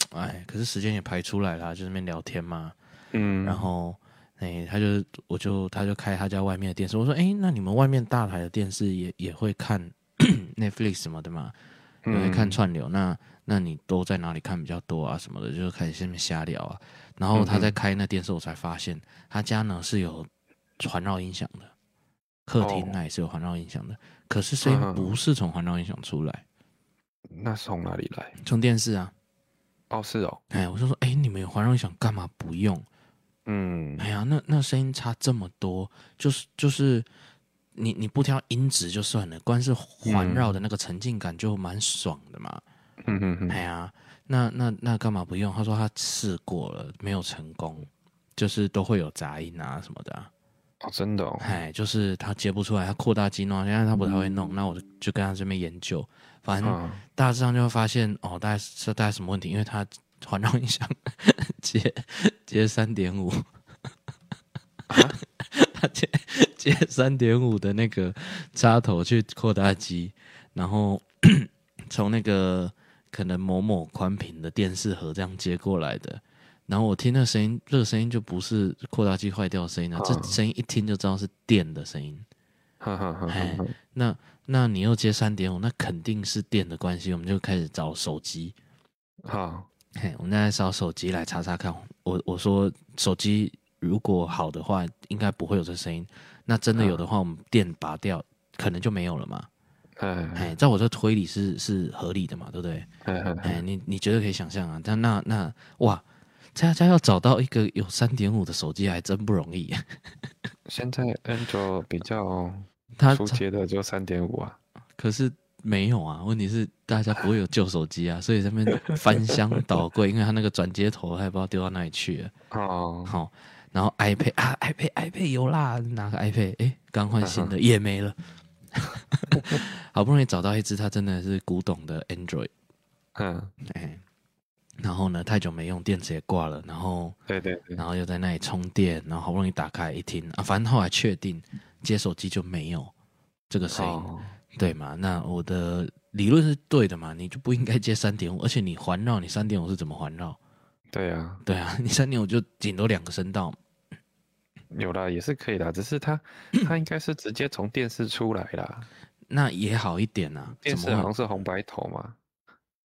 S2: 哎，可是时间也排出来啦，就那边聊天嘛，
S3: 嗯，
S2: 然后哎、他就我就他就开他家外面的电视，我说哎、那你们外面大台的电视也也会看 Netflix 什么的嘛，也会看
S3: 嗯
S2: 串流，那那你都在哪里看比较多啊什么的，就开始下面瞎聊啊。然后他在
S3: 嗯哼
S2: 开那电视，我才发现他家呢是有环绕音响的，客厅
S3: 哦
S2: 那也是有环绕音响的，可是声
S3: 嗯
S2: 音
S3: 嗯
S2: 不是从环绕音响出来，
S3: 那是从哪里来？
S2: 从电视啊。
S3: 哦，是哦，
S2: 哎，我就说，哎，你们有环绕音响干嘛不用？
S3: 嗯，
S2: 哎呀，那那声音差这么多，就是就是你你不挑音质就算了，光是环绕的那个沉浸感就蛮爽的嘛。
S3: 嗯嗯嗯，
S2: 哎呀，那那那干嘛不用？他说他试过了，没有成功，就是都会有杂音啊什么的、啊。
S3: 哦，真的哦，
S2: 哎，就是他接不出来，他扩大机弄，现在他不太会弄，那我就就跟他这边研究，反正
S3: 嗯，
S2: 大致上就会发现哦，大概是大概什么问题，因为他环绕音响 接接三点五。他接接 三点五的那 个插头去扩大机，然后从那个可能某某宽屏的电视盒这样接过来的。然后我听那声音，这个声音就不是扩大器坏掉的声音了、这
S3: 嗯
S2: 声音一听就知道是电的声音。
S3: 哈哈哈
S2: 哎
S3: 哈。
S2: 那那你又接三点五，那肯定是电的关系，我们就开始找手机。
S3: 好，
S2: 嘿，我们再找手机来查查看。我我说手机如果好的话，应该不会有这声音。那真的有的话，我们电拔掉，可能就没有了嘛。
S3: 哎
S2: 哎，在我这推理是是合理的嘛，对不对？
S3: 哎哎，
S2: 哎，你你绝对可以想象啊。但那那哇，佳佳要找到一个有三点五的手机还真不容易。
S3: 现在 Android 比较
S2: 他
S3: 出街的就三点五啊，
S2: 可是没有啊，问题是大家不会有旧手机啊，所以他们翻箱倒柜，因为他那个转接头还不知道丢到哪里去了。
S3: 哦，
S2: 好，然后 iPad 啊，iPad iPad 有啦，拿个 iPad，哎，刚换新
S3: 嗯
S2: 的也没了。 好不容易找到一只，它真的是古董的 Android，
S3: 嗯，
S2: 哎，然后呢，太久没用，电池也挂了，然后
S3: 对对对，
S2: 然后又在那里充电，然后好不容易打开一听啊，反正后来确定接手机就没有这个声音，
S3: 哦，
S2: 对嘛？那我的理论是对的嘛？你就不应该接三点五，而且你环绕，你三点五是怎么环绕？
S3: 对啊，
S2: 对啊，你三点五就顶多两个声道嘛。
S3: 有啦，也是可以啦，只 是它它应该是直接从电视出来啦，
S2: 那也好一点啊。
S3: 电
S2: 怎
S3: 视好
S2: 么会？
S3: 像是红白头嘛，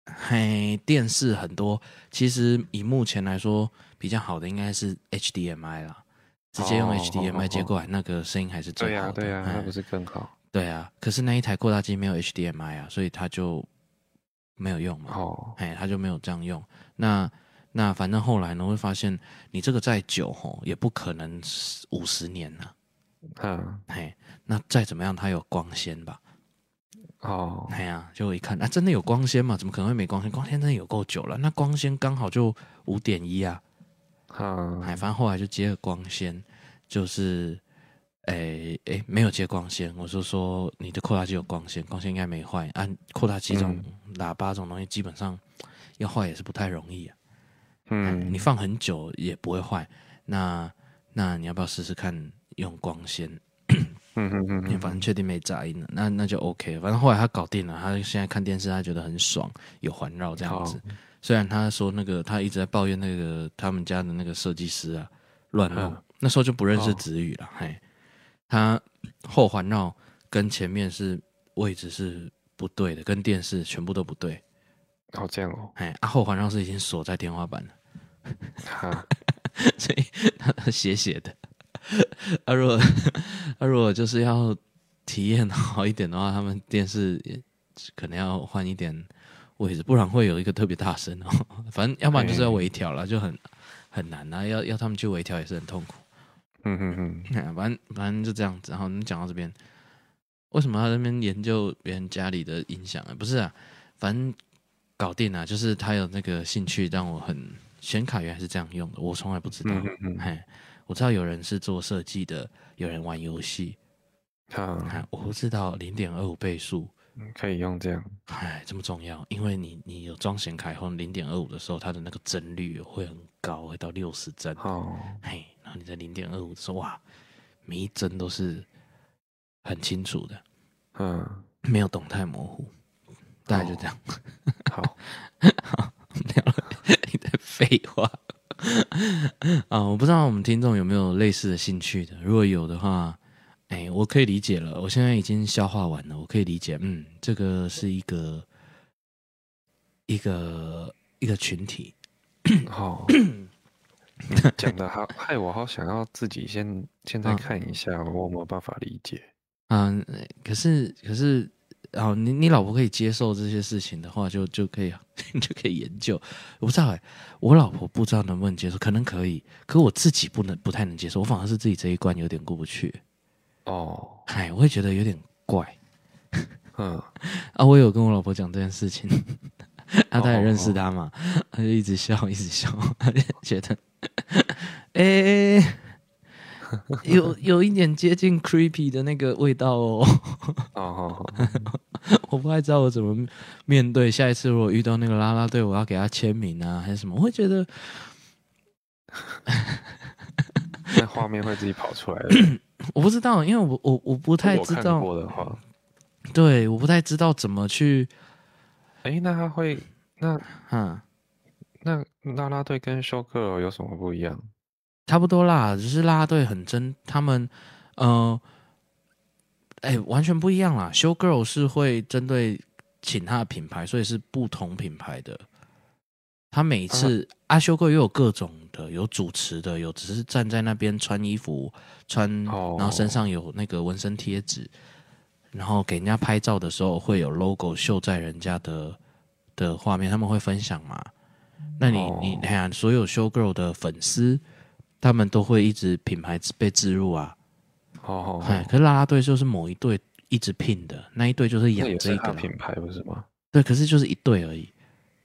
S2: 嘿，电视很多，其实以目前来说比较好的应该是 HDMI 啦，直接用
S3: 哦
S2: HDMI
S3: 哦
S2: 接过来，那个声音还是
S3: 对
S2: 最
S3: 呀
S2: 好的。哎
S3: 对呀，那
S2: 嘿
S3: 不是更好？
S2: 对啊，可是那一台扩大机没有 HDMI 啊，所以它就没有用嘛。
S3: 哦，
S2: 哎，他就没有这样用。那那反正后来呢，会发现你这个再久吼也不可能五十年呐、
S3: 嗯，
S2: 嘿，那再怎么样，它有光纤吧？
S3: 哦，
S2: 哎呀、就一看，啊，真的有光纤嘛？怎么可能会没光纤？光纤真的有够久了，那光纤刚好就五点一啊。
S3: 哈，嗯
S2: 哎，反正后来就接了光纤，就是，诶诶，没有接光纤。我是说你的扩大机有光纤，光纤应该没坏。按、扩大机这种喇叭这种东西，基本上要坏也是不太容易啊。嗯，
S3: 嗯
S2: 你，放很久也不会坏。那那你要不要试试看用光纤？
S3: 嗯嗯嗯
S2: 因为
S3: 嗯，
S2: 反正确定没杂音了，那那就 OK 了。反正后来他搞定了，他现在看电视他觉得很爽，有环绕这样子。虽然他说那个他一直在抱怨那个他们家的那个设计师啊乱弄
S3: 嗯，
S2: 那时候就不认识
S3: 哦
S2: 子宇了。嘿，他后环绕跟前面是位置是不对的，跟电视全部都不对。
S3: 好这样哦，
S2: 哎，啊后环绕是已经锁在天花板了。
S3: 哈，
S2: 所以他写写的。啊，如果啊，如果就是要体验好一点的话，他们电视也可能要换一点位置，不然会有一个特别大声哦。反正要不然就是要微调了，就很很难啊。要要他们去微调也是很痛苦。
S3: 嗯嗯嗯，
S2: 哎反正反正就这样子。然后我们讲到这边，为什么要在那边研究别人家里的音响啊？不是啊，反正搞定了、就是他有那个兴趣，让我很显卡原来是这样用的，我从来不知道。
S3: 嗯嗯嗯，
S2: 哎，我知道有人是做设计的，有人玩游戏，
S3: 哈，
S2: 哎，我不知道零点二五倍速，
S3: 可以用这样，
S2: 哎，这么重要，因为你你有装显卡以后，零点二五的时候，它的那个帧率会很高，会到六十帧，
S3: 哦，
S2: 嘿，然后你在零点二五的时候，哇，每一帧都是很清楚的，
S3: 嗯，
S2: 没有动态模糊，大概就这样。
S3: 好，
S2: 聊了 你在废话啊！我不知道我们听众有没有类似的兴趣的，如果有的话，哎、我可以理解了。我现在已经消化完了，我可以理解。嗯，这个是一个一个一个群体，
S3: 哦，讲的好，害我好想要自己先现在
S2: 嗯
S3: 看一下，我有没有办法理解？
S2: 嗯，可是可是，哦，你你老婆可以接受这些事情的话，就就可以 就可以研究。我不知道哎、我老婆不知道能不能接受，可能可以，可我自己不能不太能接受，我反而是自己这一关有点过不去。
S3: 哦，
S2: 哎，我会觉得有点怪
S3: 嗯，
S2: 啊。我有跟我老婆讲这件事情， 啊，她也认识他嘛，她就一直笑，一直笑， 她就觉得，哎、有有一点接近 creepy 的那个味道哦，
S3: 哦哦，
S2: 我不太知道我怎么面对。下一次如果遇到那个啦啦队，我要给他签名啊，还是什么？我会觉得
S3: 那画面会自己跑出来的。
S2: 我不知道，因为我我我不太
S3: 我
S2: 知
S3: 看
S2: 道，
S3: 过的话，
S2: 对，我不太知道怎么去
S3: 哎，那他会那
S2: 嗯，
S3: 那啦啦队跟 show girl 有什么不一样？
S2: 差不多啦，只是啦啦队很真，他们呃，哎、完全不一样啦。Show Girl 是会针对请他的品牌，所以是不同品牌的。他每次阿修 Girl 又有各种的，有主持的，有只是站在那边穿衣服，穿，
S3: 哦
S2: 然后身上有那个纹身贴纸，然后给人家拍照的时候会有 logo 绣在人家的的画面，他们会分享嘛？那你、
S3: 哦
S2: 你哎呀，所有 show girl 的粉丝，他们都会一直品牌被植入啊。
S3: 哦，
S2: 哎，可是啦啦队就是某一队一直拼的，那一队就是
S3: 那
S2: 养
S3: 也
S2: 这
S3: 是
S2: 一
S3: 他
S2: 个
S3: 的
S2: 啦
S3: 品牌不是吗？
S2: 对，可是就是一队而已。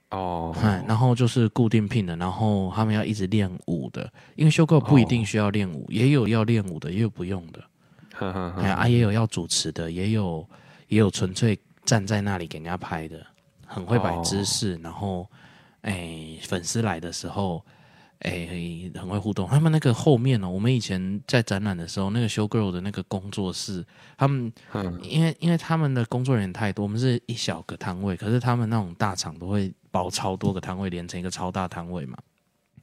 S3: 哦，
S2: 哎，然后就是固定聘的，然后他们要一直练舞的，因为修 girl 不一
S3: 哦
S2: 定需要练舞，也有要练舞的，也有不用的。
S3: 呵呵
S2: 哎呀
S3: 呵，
S2: 啊，也有要主持的，也有也有纯粹站在那里给人家拍的，很会摆姿势，然后哎，粉丝来的时候。哎、很会互动。他们那个后面呢、哦我们以前在展览的时候，那个修 girl 的那个工作室，他们
S3: 嗯，
S2: 因为因为他们的工作人员太多，我们是一小个摊位，可是他们那种大厂都会包超多个摊位，连成一个超大摊位嘛。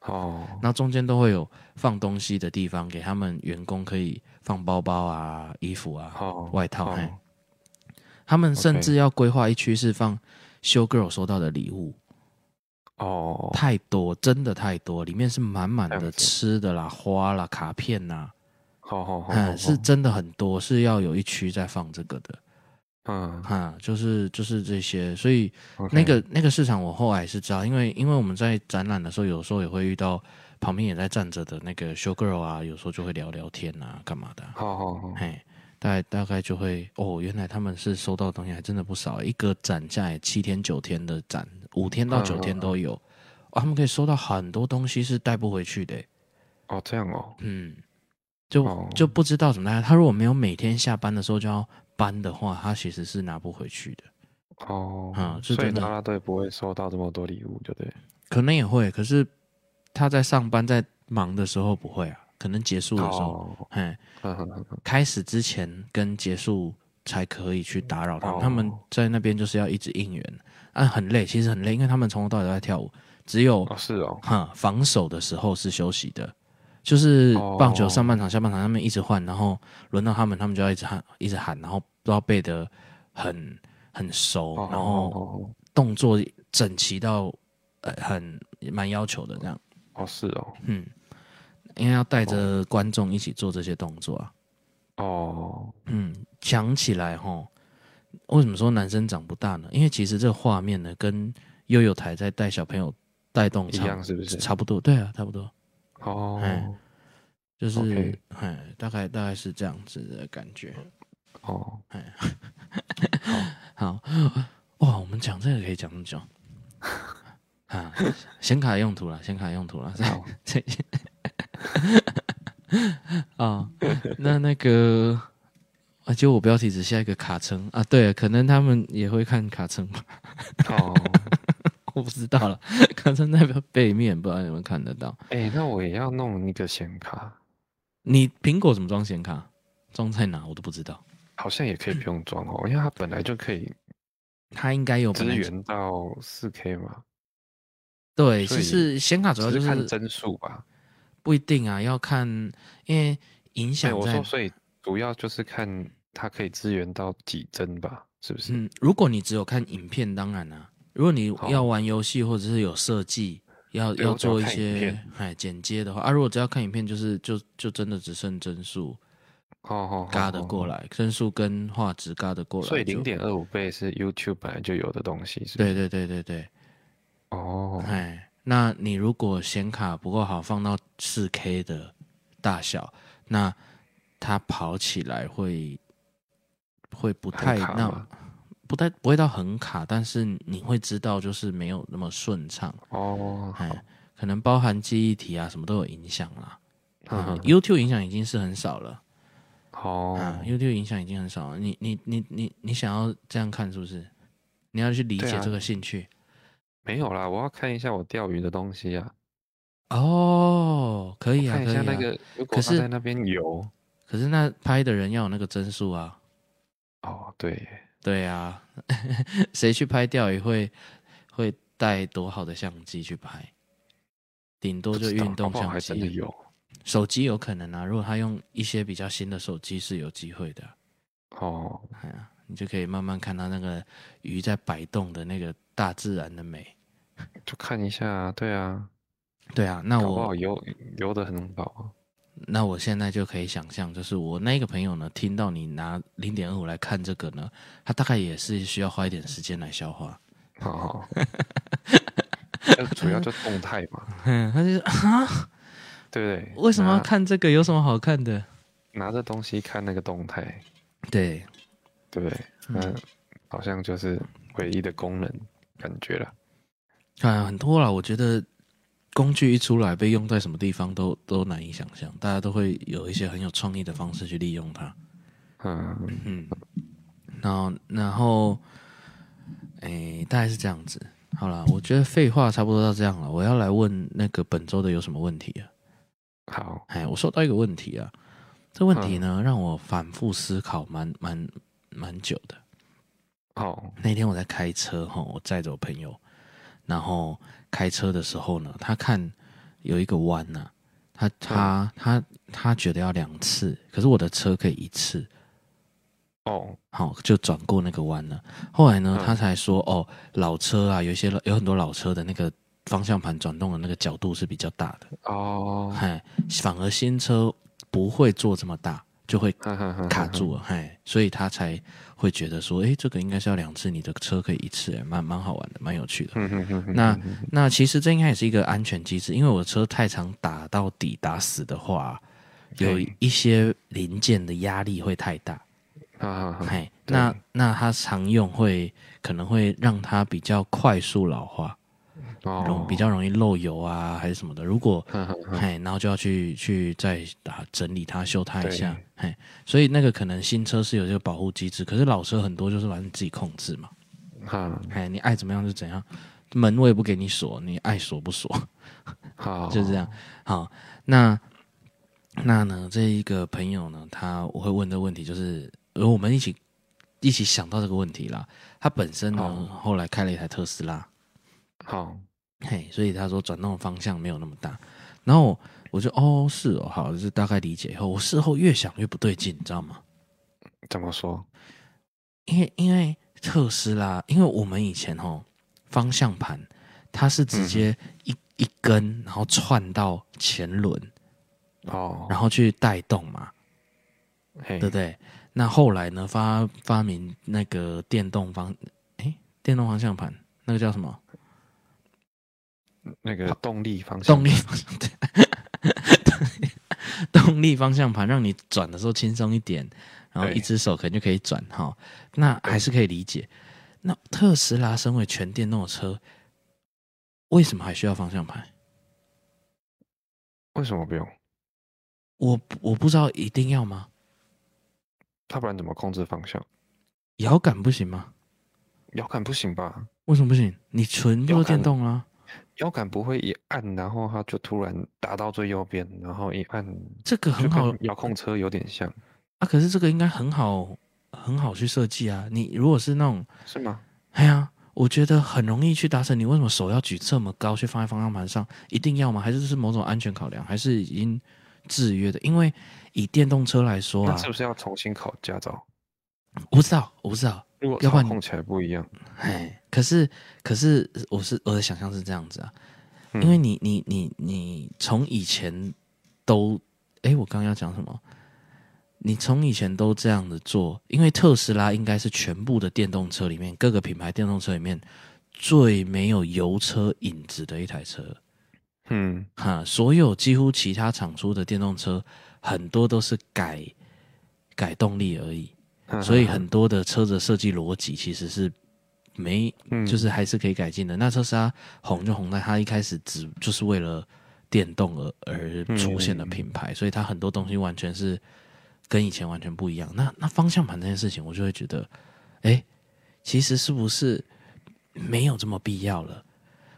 S3: 哦，
S2: 那中间都会有放东西的地方，给他们员工可以放包包啊、衣服啊、
S3: 哦，
S2: 外套。
S3: 哦
S2: 嘿他们甚
S3: OK
S2: 至要规划一区是放修 girl 收到的礼物，
S3: 哦，
S2: 太多，真的太多，里面是满满
S3: 这
S2: 的
S3: 样子
S2: 吃的啦、花啦、卡片啦，
S3: 好好好，
S2: 嗯，
S3: 好
S2: 是，真的很多，是要有一区在放这个的，
S3: 嗯，
S2: 哈、就是就是这些，所以
S3: OK
S2: 那个那个市场我后来是知道，因为因为我们在展览的时候，有时候也会遇到旁边也在站着的那个 show girl 啊，有时候就会聊聊天啊，干嘛的啊、
S3: 好好好，
S2: 嘿，大概大概就会哦，原来他们是收到的东西还真的不少，一个展下来七天九天的展，五天到九天都
S3: 嗯
S2: 有、哦，他们可以收到很多东西是带不回去的，
S3: 哦，这样哦，
S2: 嗯，就、
S3: 哦
S2: 就不知道怎么带。他如果没有每天下班的时候就要搬的话，他其实是拿不回去的。
S3: 哦，
S2: 嗯是
S3: 所以
S2: 真的
S3: 啦啦队不会收到这么多礼物，就对，
S2: 可能也会，可是他在上班在忙的时候不会啊，可能结束的时候，
S3: 哦，
S2: 哎、
S3: 呵呵呵呵
S2: 开始之前跟结束才可以去打扰他们，
S3: 哦
S2: 他们在那边就是要一直应援，啊，很累，其实很累，因为他们从头到尾都在跳舞，只有
S3: 哦，是哦，
S2: 哈、防守的时候是休息的。就是
S3: 哦
S2: 棒球上半场、下半场，他们一直换，然后轮到他们，他们就要一直喊，一直喊，然后都要背得很很熟，
S3: 哦，
S2: 然后
S3: 哦，
S2: 动作整齐到呃很蛮要求的这样，
S3: 哦，是哦，
S2: 嗯，因为要带着观众一起做这些动作啊，
S3: 哦，
S2: 嗯，讲起来吼，为什么说男生长不大呢？因为其实这个画面呢，跟悠悠台在带小朋友带动
S3: 一
S2: 差
S3: 样是不是？
S2: 差不多，对啊，差不多，
S3: 哦，
S2: 哎就是
S3: OK
S2: 哎，大概大概是这样子的感觉。
S3: 哦，
S2: 好，哇，我们讲这个可以讲很久 啊，显卡用途啦，显卡用途啦，
S3: 好，
S2: 这啊，那那个啊，就我标题只下一个卡称啊，对了，可能他们也会看卡称吧，
S3: 哦，
S2: 我不知道了。卡称代表背面，不知道你们看得到。
S3: 哎，那我也要弄一个显卡，
S2: 你苹果怎么装显卡？装在哪我都不知道。
S3: 好像也可以不用装哦，因为它本来就可以
S2: 它应该有本
S3: 支
S2: 来就
S3: 援到四 K 嘛，
S2: 对，
S3: 所
S2: 其
S3: 以
S2: 实显卡主
S3: 只
S2: 要就是
S3: 看
S2: 是
S3: 帧数吧。
S2: 不一定啊，要看因为影
S3: 对，
S2: 响
S3: 我
S2: 在
S3: 说，所以主要就是看它可以支援到几帧吧，是不是？
S2: 嗯，如果你只有看影片，当然啦、啊如果你
S3: 好
S2: 要玩游戏或者是有设计，要
S3: 对
S2: 要
S3: 我只要
S2: 做一
S3: 看影
S2: 些
S3: 片
S2: 哎剪接的话，啊，如果只要看影片，就是就就真的只剩帧数
S3: 哦哦，
S2: 嘎得过
S3: 来。
S2: 来，帧数跟画质嘎得过来就，
S3: 所以零点二五倍是 YouTube 本来就有的东西，是不是？
S2: 对对对对对，
S3: 哦，
S2: 哎，那你如果显卡不够好，放到四 K 的大小，那它跑起来会会不太
S3: 很卡
S2: 那
S3: 吗？
S2: 不太不会到很卡，但是你会知道就是没有那么顺畅，
S3: 哦，好
S2: 哎，可能包含记忆体啊什么都有影响啦。
S3: 嗯
S2: 嗯
S3: 哼
S2: YouTube 影响已经是很少了，啊
S3: 哦，
S2: ，YouTube 影响已经很少了。你你你你你想要这样看是不是？你要去理
S3: 对
S2: 解
S3: 啊
S2: 这个兴趣
S3: 没有啦，我要看一下我钓鱼的东西啊，
S2: 哦，可以啊，
S3: 看一
S2: 可以
S3: 下
S2: 啊。
S3: 那个，
S2: 可
S3: 如果它
S2: 是
S3: 在那边游，
S2: 可是那拍的人要有那个帧数啊，
S3: 哦，对，
S2: 对啊，谁去拍钓鱼会会带多好的相机去拍，顶多
S3: 不
S2: 就
S3: 知道
S2: 运动
S3: 搞不好
S2: 相
S3: 还真的
S2: 机。
S3: 有
S2: 手机有可能啊，如果他用一些比较新的手机是有机会的啊。
S3: 哦，
S2: 哎呀，你就可以慢慢看到那个鱼在摆动的那个大自然的美。
S3: 就看一下，对啊，
S2: 对啊，那
S3: 搞不
S2: 我
S3: 好游游的很好啊。
S2: 那我现在就可以想象，就是我那个朋友呢，听到你拿零点二五来看这个呢，他大概也是需要花一点时间来消化。
S3: 啊好好，呃主要就动态嘛，
S2: 嗯，他就啊，
S3: 对不对？
S2: 为什么要
S3: 拿
S2: 看这个？有什么好看的？
S3: 拿着东西看那个动态，
S2: 对，
S3: 对不对？嗯，好像就是唯一的功能感觉了。
S2: 啊，很多啦。我觉得工具一出来，被用在什么地方都都难以想象，大家都会有一些很有创意的方式去利用它。
S3: 嗯，
S2: 嗯，然后然后，诶，大概是这样子。好了，我觉得废话差不多到这样了。我要来问那个本周的有什么问题啊？
S3: 好，
S2: 哎，我收到一个问题啊，这问题呢、让我反复思考蛮蛮蛮久的。
S3: 好，
S2: 那天我在开车哈，我载着我朋友，然后开车的时候呢，他看有一个弯呐、他
S3: 嗯
S2: 他他他觉得要两次，可是我的车可以一次，
S3: 哦，
S2: 好，就转过那个弯了。后来呢，
S3: 嗯
S2: 他才说，哦，老车啊，有一些有很多老车的那个方向盘转动的那个角度是比较大的，
S3: 哦，
S2: 嗨，反而新车不会做这么大，就会
S3: 哈哈哈，
S2: 卡住了，嗨，所以他才会觉得说，诶，这个应该是要两次，你的车可以一次，诶蛮蛮好玩的，蛮有趣的。
S3: 嗯。嗯嗯嗯，
S2: 那那其实这应该也是一个安全机制，因为我的车太常打到底打死的话，有
S3: 嘿
S2: 一些零件的压力会太大，
S3: 哈哈哈，
S2: 嘿，
S3: 嗯对
S2: 那那它常用会可能会让它比较快速老化，容
S3: 哦，
S2: 比较容易漏油啊，还是什么的。如果
S3: 哈哈哈，
S2: 嘿，然后就要去去再打整理它、修它一
S3: 对
S2: 下，嘿，所以那个可能新车是有这个保护机制，可是老车很多就是完全自己控制嘛，
S3: 哈，
S2: 嘿，你爱怎么样就怎样，门我也不给你锁，你爱锁不锁，
S3: 好，
S2: 就这样。好，那那呢，这一个朋友呢，他我会问这个问题，就是呃，我们一起一起想到这个问题啦。他本身呢，
S3: 好
S2: 后来开了一台特斯拉，
S3: 哦好，
S2: 嘿，所以他说转动的方向没有那么大。然后我就哦，是哦，好，就是大概理解以后，我事后越想越不对劲，你知道吗？
S3: 怎么说？
S2: 因为因为特斯拉，因为我们以前哦，方向盘它是直接一、一根，然后串到前轮，
S3: 哦，
S2: 然后去带动嘛。
S3: 嘿
S2: 对不对？那后来呢，发发明那个电动方，诶，电动方向盘，那个叫什么？
S3: 那个动力方向，
S2: 动力方向盘， 动力方向盘，让你转的时候轻松一点，然后
S3: 对
S2: 一只手可能就可以转哈。那还是可以理解。那特斯拉身为全电动的车，为什么还需要方向盘？
S3: 为什么不用？
S2: 我不我不知道一定要吗？
S3: 要不然怎么控制方向？
S2: 摇杆不行吗？
S3: 摇杆不行吧？
S2: 为什么不行？你纯
S3: 摇
S2: 做
S3: 杆
S2: 电动啊，
S3: 摇杆不会一按，然后它就突然打到最右边，然后一按，
S2: 这个
S3: 就
S2: 很好
S3: 跟遥控车有点像，
S2: 啊，可是这个应该很好很好去设计啊。你如果是那种，
S3: 是吗？
S2: 哎呀，我觉得很容易去达成。你为什么手要举这么高去放在方向盘上？一定要吗？还是这是某种安全考量？还是已经制约的？因为以电动车来说
S3: 那
S2: 啊
S3: 是，不是要重新考驾照？
S2: 我不知道，我不知道。
S3: 如果
S2: 要不
S3: 操
S2: 然
S3: 控起来不一样，
S2: 哎，可是可是我是我的想象是这样子啊，
S3: 嗯
S2: 因为你你你你从以前都，哎，我刚刚要讲什么？你从以前都这样子做，因为特斯拉应该是全部的电动车里面各个品牌电动车里面最没有油车影子的一台车
S3: 嗯，
S2: 哈。所有几乎其他厂出的电动车很多都是改改动力而已，
S3: 嗯
S2: 所以很多的车子设计逻辑其实是没
S3: 嗯
S2: 就是还是可以改进的。那特斯拉红就红在它一开始只就是为了电动而而出现的品
S3: 嗯
S2: 牌，所以它很多东西完全是跟以前完全不一样。那那方向盘这件事情，我就会觉得，哎、其实是不是没有这么必要了？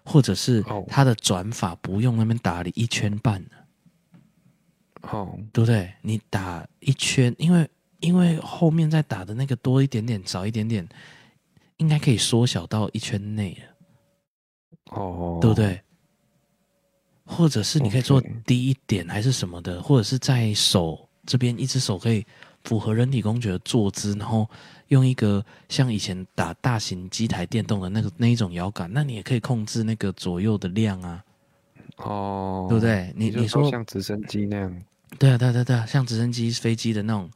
S2: 或者是
S3: 哦
S2: 它的转法不用那边打理一圈半了
S3: 哦，
S2: 对不对？你打一圈，因为因为后面再打的那个多一点点，少一点点，应该可以缩小到一圈内了。
S3: 哦，
S2: 对不对？或者是你可以做
S3: OK
S2: 低一点，还是什么的，或者是在手这边一只手可以符合人体工学的坐姿，然后用一个像以前打大型机台电动的那个那一种摇杆，那你也可以控制那个左右的量啊，
S3: 哦，
S2: 对不？对？你
S3: 你
S2: 你
S3: 就
S2: 说
S3: 像直升机那样，
S2: 对啊，对啊，对啊对啊，像直升机、飞机的那种，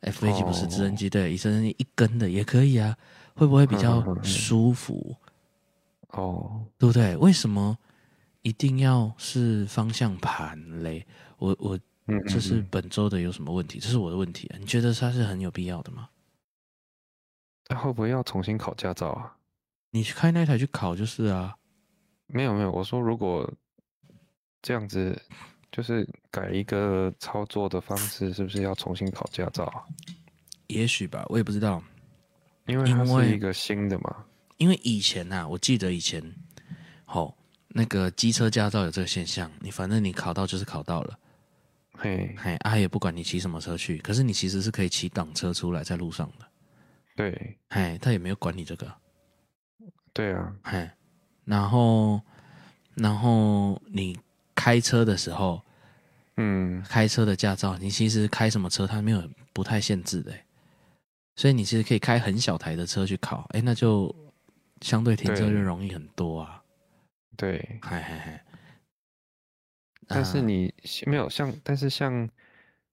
S2: 哎，飞机不是
S3: 哦
S2: 直升机，对，直升机一根的也可以啊，会不会比较
S3: 嗯嗯嗯嗯
S2: 舒服？
S3: 哦，
S2: 对不对？为什么一定要是方向盘嘞？我我
S3: 嗯，
S2: 这是
S3: 嗯
S2: 本周的有什么问题？这是我的问题啊！你觉得它是很有必要的吗？
S3: 那会不会要重新考驾照啊？
S2: 你去开那台去考就是啊，
S3: 没有没有，我说如果这样子，就是改一个操作的方式，是不是要重新考驾照啊？
S2: 也许吧，我也不知道。
S3: 因为它
S2: 因
S3: 是
S2: 为
S3: 一个新的嘛。
S2: 因为以前呐、啊，我记得以前，好、那个机车驾照有这个现象，你反正你考到就是考到了，
S3: 嘿，
S2: 嘿，啊也不管你骑什么车去，可是你其实是可以骑挡车出来在路上的，
S3: 对
S2: 嘿，他也没有管你这个，
S3: 对啊，
S2: 嘿，然后，然后你开车的时候，
S3: 嗯，
S2: 开车的驾照，你其实开什么车，它没有不太限制的欸，所以你其实可以开很小台的车去考，哎，那就相对停车
S3: 对
S2: 就容易很多啊，
S3: 对。
S2: 嗨嗨嗨。
S3: 但是
S2: 啊
S3: 你没有像，但是像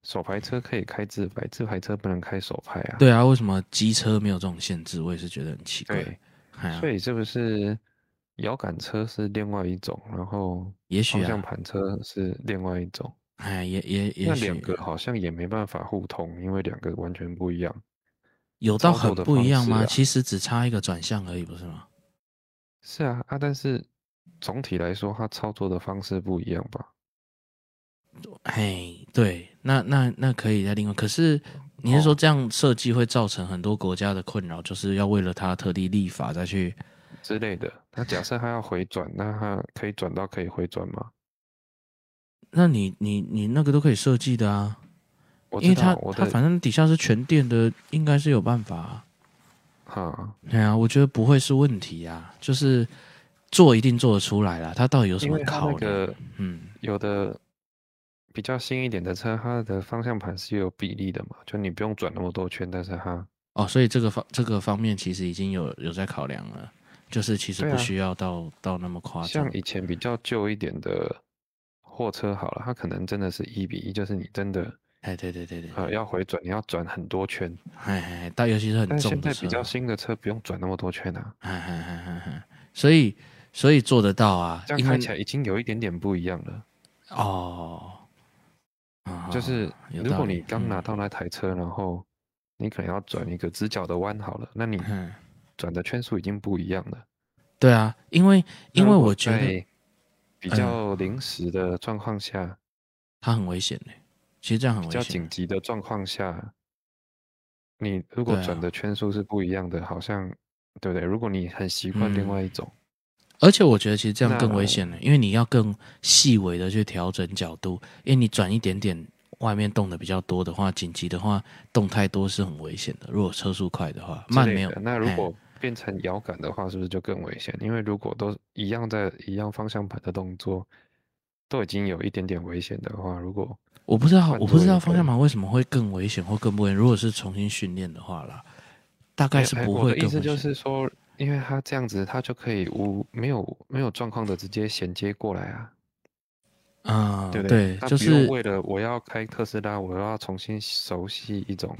S3: 手排车可以开自排，自排车不能开手排啊。
S2: 对啊，为什么机车没有这种限制？我也是觉得很奇怪。
S3: 对，
S2: 嗨啊
S3: 所以是不是摇杆车是另外一种，然后
S2: 也许
S3: 方向
S2: 啊，
S3: 盘车是另外一种？
S2: 哎，也也也
S3: 那
S2: 许啊
S3: 两个好像也没办法互通，因为两个完全不一样。
S2: 有到
S3: 操作
S2: 很
S3: 的
S2: 不一
S3: 方
S2: 样
S3: 式
S2: 吗？
S3: 啊
S2: 其实只差一个转向而已，不是吗？
S3: 是啊，啊，但是总体来说，它操作的方式不一样吧？
S2: 嘿，对，那那那可以再另外。可是你
S3: 哦
S2: 是说这样设计会造成很多国家的困扰，就是要为了它特地立法再去？
S3: 之类的。那假设它要回转，那它可以转到可以回转吗？
S2: 那你你你那个都可以设计的啊，
S3: 我
S2: 因
S3: 知
S2: 为
S3: 道
S2: 它
S3: 我
S2: 它
S3: 的
S2: 反正底下是全电的，应该是有办法、啊。
S3: 哈，
S2: 对啊，我觉得不会是问题啊，就是做一定做得出来啦。它到底有什
S3: 因
S2: 么
S3: 为它
S2: 考
S3: 那
S2: 量？
S3: 个
S2: 嗯，
S3: 有的比较新一点的车，它的方向盘是有比例的嘛，就你不用转那么多圈，但是它
S2: 哦，所以这个方这个方面其实已经有有在考量了，就是其实
S3: 对
S2: 不
S3: 啊
S2: 需要到、到那么夸张
S3: 像。以前比较旧一点的货车好了，它可能真的是一比一，就是你真的
S2: 哎，对对对对，
S3: 呃要回转，你要转很多圈。
S2: 哎哎，哎但尤其是很
S3: 但是
S2: 重
S3: 现
S2: 的
S3: 在
S2: 车
S3: 比
S2: 啊。
S3: 较新的车不用转那么多圈啊，
S2: 嗨嗨嗨嗨嗨，所以所以做得到啊
S3: 这，样
S2: 因
S3: 开
S2: 为
S3: 起来已经有一点点不一样了。
S2: 哦，啊
S3: 就是
S2: 有
S3: 如
S2: 道
S3: 果
S2: 理
S3: 你刚
S2: 嗯
S3: 拿到那台车，然后你可能要转一个直角的弯好了，那你
S2: 嗯，
S3: 转的圈数已经不一样了。
S2: 对啊，因为
S3: 那
S2: 因为
S3: 如果
S2: 我觉得
S3: 在比
S2: 嗯
S3: 较临时的状况下，
S2: 它很危险嘞、其实这样很
S3: 比
S2: 危
S3: 较
S2: 险
S3: 紧
S2: 欸。
S3: 急的状况下，你如果
S2: 对啊
S3: 转的圈数是不一样的，好像对不对？如果你很习惯另
S2: 嗯
S3: 外一种，
S2: 而且我觉得其实这样更
S3: 那
S2: 危险了、因为你要更细微的去调整角度，因为你转一点点，外面动的比较多的话，紧急的话动太多是很危险的。如果车速快的话，
S3: 之
S2: 慢
S3: 类
S2: 没有
S3: 的。那如
S2: 哎
S3: 果变成摇杆的话，是不是就更危险？因为如果都一样在一样方向盘的动作，都已经有一点点危险的话，如果
S2: 我不知道，
S3: 换
S2: 我不知
S3: 座
S2: 道
S3: 也
S2: 方
S3: 可
S2: 向
S3: 以
S2: 盘为什么会更危险或更不危险。如果是重新训练的话啦，大概
S3: 哎
S2: 是
S3: 哎
S2: 不
S3: 我
S2: 会
S3: 的意
S2: 更危
S3: 思
S2: 险。
S3: 就是说，因为它这样子，它就可以无没有没有状况的直接衔接过来啊，
S2: 嗯，
S3: 对不
S2: 对，
S3: 它
S2: 就
S3: 不用
S2: 是
S3: 为了我要开特斯拉，我要重新熟悉一种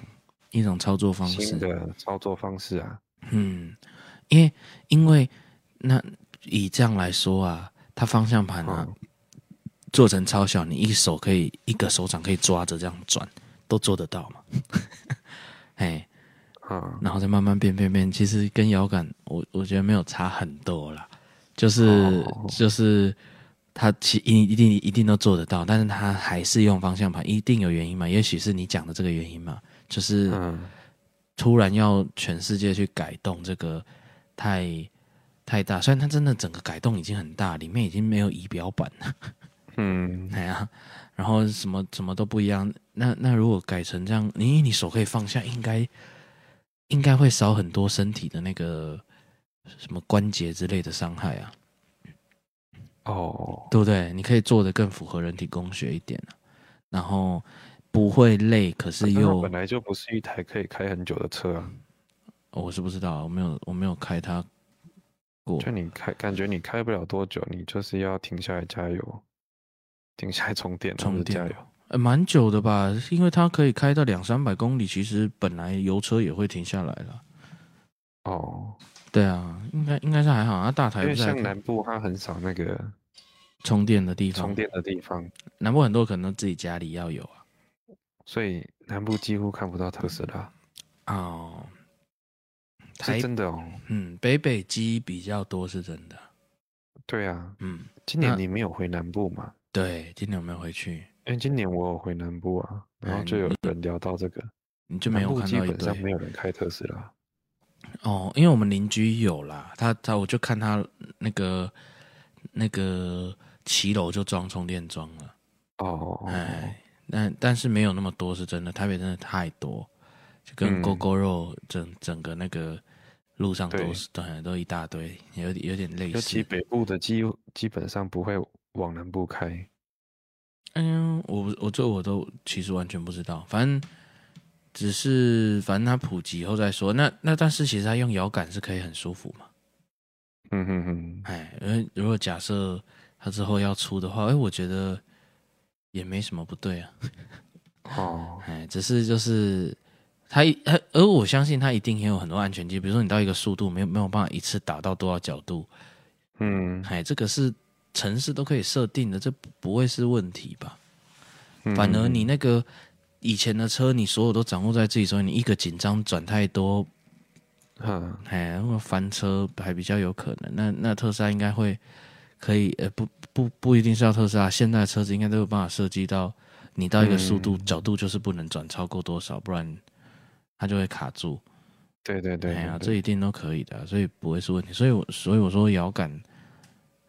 S2: 一种操作方
S3: 新
S2: 式。
S3: 的操作方式啊。
S2: 嗯，因为因为那以这样来说啊，它方向盘啊、
S3: 嗯
S2: 做成超小，你一手可以一个手掌可以抓着这样转，都做得到嘛。 哎，
S3: 啊，
S2: 然后再慢慢变变变，其实跟摇杆，我我觉得没有差很多啦，就是、
S3: 哦
S2: 就是它其一一定一定都做得到，但是它还是用方向盘，一定有原因嘛，也许是你讲的这个原因嘛，就是
S3: 嗯，
S2: 突然要全世界去改动这个太太大，虽然它真的整个改动已经很大，里面已经没有仪表板了，
S3: 嗯，
S2: 哎呀，然后什么什么都不一样，那那如果改成这样，你你手可以放下，应该应该会少很多身体的那个什么关节之类的伤害啊。
S3: 哦，
S2: 对不对？你可以做的更符合人体工学一点、啊、然后不会累，可 是
S3: 哎那它
S2: 又
S3: 本来就不是一台可以开很久的车啊，
S2: 哦我是不知道，我没有我没有开它过
S3: 就，你开，感觉你开不了多久，你就是要停下来加油，停下来充电，
S2: 充
S3: 或者
S2: 电
S3: 加
S2: 哦
S3: 油。
S2: 呃，蛮久的吧？因为它可以开到两三百公里，其实本来油车也会停下来了。
S3: 哦，
S2: 对啊，应该应该是还好，它大台
S3: 因为
S2: 不是还
S3: 像
S2: 可以
S3: 南部它很少那个
S2: 啊充电的地
S3: 充
S2: 方，
S3: 电的哦地方，
S2: 南部很多可能自己家里要有啊。
S3: 所以南部几乎看不到特斯拉，
S2: 哦，台
S3: 是真的哦。
S2: 嗯北北基比较多是真的，
S3: 对啊，
S2: 嗯，
S3: 今年
S2: 那
S3: 你没有回南部嘛？
S2: 对，今年有没有回去？
S3: 因哎为今年我有回南部啊，然
S2: 哎
S3: 后就有
S2: 你
S3: 人聊到这个，
S2: 你就没
S3: 南
S2: 有
S3: 部
S2: 看
S3: 基
S2: 到一
S3: 本上
S2: 堆
S3: 没有人开特斯拉。
S2: 哦，因为我们邻居有啦，他他我就看他那个那个骑楼就装充电桩了，
S3: 哦，
S2: 哎，但但是没有那么多是真的，台北真的太多，就跟
S3: 嗯
S2: 勾勾肉整整个那个路上都
S3: 对
S2: 是对都一大堆，有点有点类
S3: 尤其
S2: 似。
S3: 北部的基基本上不会往南部开。
S2: 嗯，我不我这我都其实完全不知道，反正只是反正它普及以后再说。那那但是其实它用摇杆是可以很舒服嘛。
S3: 嗯哼哼，
S2: 哎，呃，如果假设他之后要出的话，哎，我觉得也没什么不对啊。
S3: 哦，
S2: 哎，只是就是他一，他而我相信他一定也有很多安全机，比如说你到一个速度没有没有办法一次打到多少角度，
S3: 嗯，
S2: 哎，这个是城市都可以设定的，这不不会是问题吧？反而
S3: 嗯
S2: 你那个以前的车，你所有都掌握在自己手里，你一个紧张转太多，
S3: 嗯，
S2: 哎，如果翻车还比较有可能。那那特斯拉应该会可以，呃，不不不一定是要特斯拉，现在的车子应该都有办法设计到你到一个速度、
S3: 嗯
S2: 角度就是不能转超过多少，不然它就会卡住。
S3: 对对对，
S2: 哎呀，
S3: 对
S2: 这一定都可以的啊、所以不会是问题。所以我所以我说摇杆，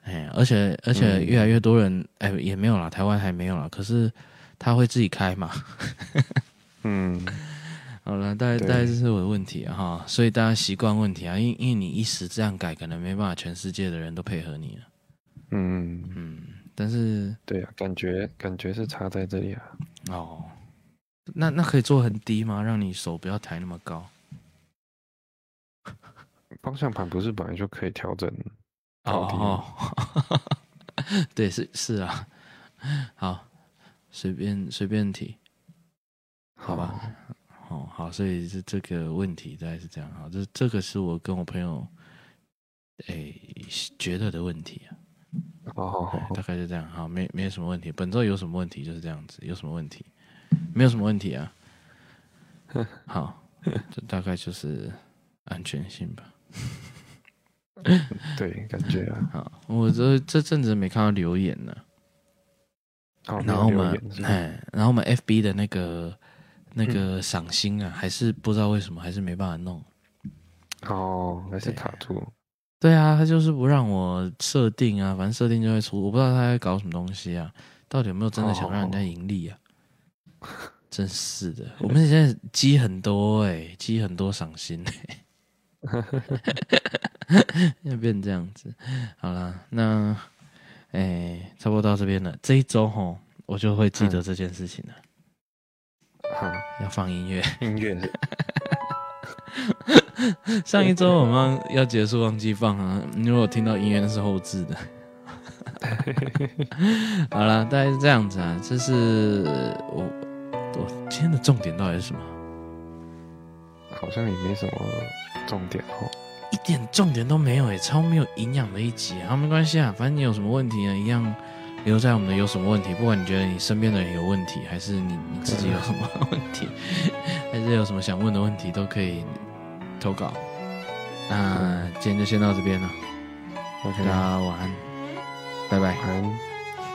S2: 哎呀，而且而且
S3: 嗯
S2: 越来越多人，哎，也没有啦，台湾还没有啦，可是他会自己开嘛。
S3: 嗯，
S2: 好了，大概
S3: 对
S2: 大概这是我的问题啊哈、所以大家习惯问题啊，因因为你一时这样改，可能没办法全世界的人都配合你了。
S3: 嗯，
S2: 嗯，但是
S3: 对啊，感觉感觉是差在这里啊。
S2: 哦，那那可以做很低吗？让你手不要抬那么高
S3: 方向盘不是本来就可以调整高低吗？
S2: 哦哦， 对，是是啊，好，随便随便提，好吧
S3: 哦，
S2: 哦，好，所以这这个问题大概是这样，好，这这个是我跟我朋友，诶、觉得的问题啊。
S3: 好好好
S2: 哎
S3: 好
S2: 大，概就这样，好，没没什么问题。本周有什么问题就是这样子，有什么问题，没有什么问题 啊。好，这大概就是安全性吧。
S3: 哦对，感觉啊，
S2: 好，我这这阵子没看到留言呢、
S3: 好，
S2: 然后我
S3: 哦没有
S2: 们
S3: 留言是嗯吧
S2: 哎，然后我们 FB 的那个那个赏心啊，还是不知道为什么还是没办法弄。
S3: 哦，还是
S2: 对啊
S3: 卡住，
S2: 对啊，他就是不让我设定啊，反正设定就会出，我不知道他在搞什么东西啊，到底有没有真的想让人家盈利啊？ 真是的，我们现在积很多哎、积很多赏心哎、 要变这样子，好啦，那哎、差不多到这边了，这一周吼，我就会记得这件事情了，
S3: 好，
S2: 要放音乐。
S3: 音乐是
S2: 上一周我们忘要结束忘记放啊，你如果听到音乐那是后置的。 好了，大概是这样子啊，这是我我今天的重点到底是什么？
S3: 好像也没什么重点哦。
S2: 一点重点都没有诶、欸超没有营养的一集啊！好没关系啊，反正你有什么问题呢，一样留在我们的有什么问题。不管你觉得你身边的人有问题，还是你你自己有什么问题， 还是有什么想问的问题，都可以投稿。那今天就先到这边了。
S3: OK，
S2: 大家晚安，拜拜。
S3: 晚安，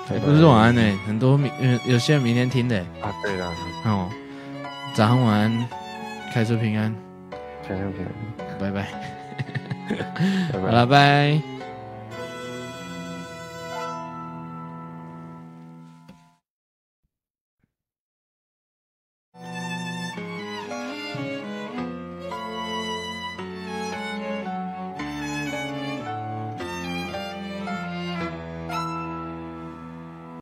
S3: 拜拜
S2: 不是晚安呢、很多明呃有些人明天听的、
S3: 啊，对啦，
S2: 哦。早上晚安，开车平安，
S3: 平安平安，
S2: 拜拜。
S3: 拜
S2: 好
S3: 拜
S2: 了，。拜。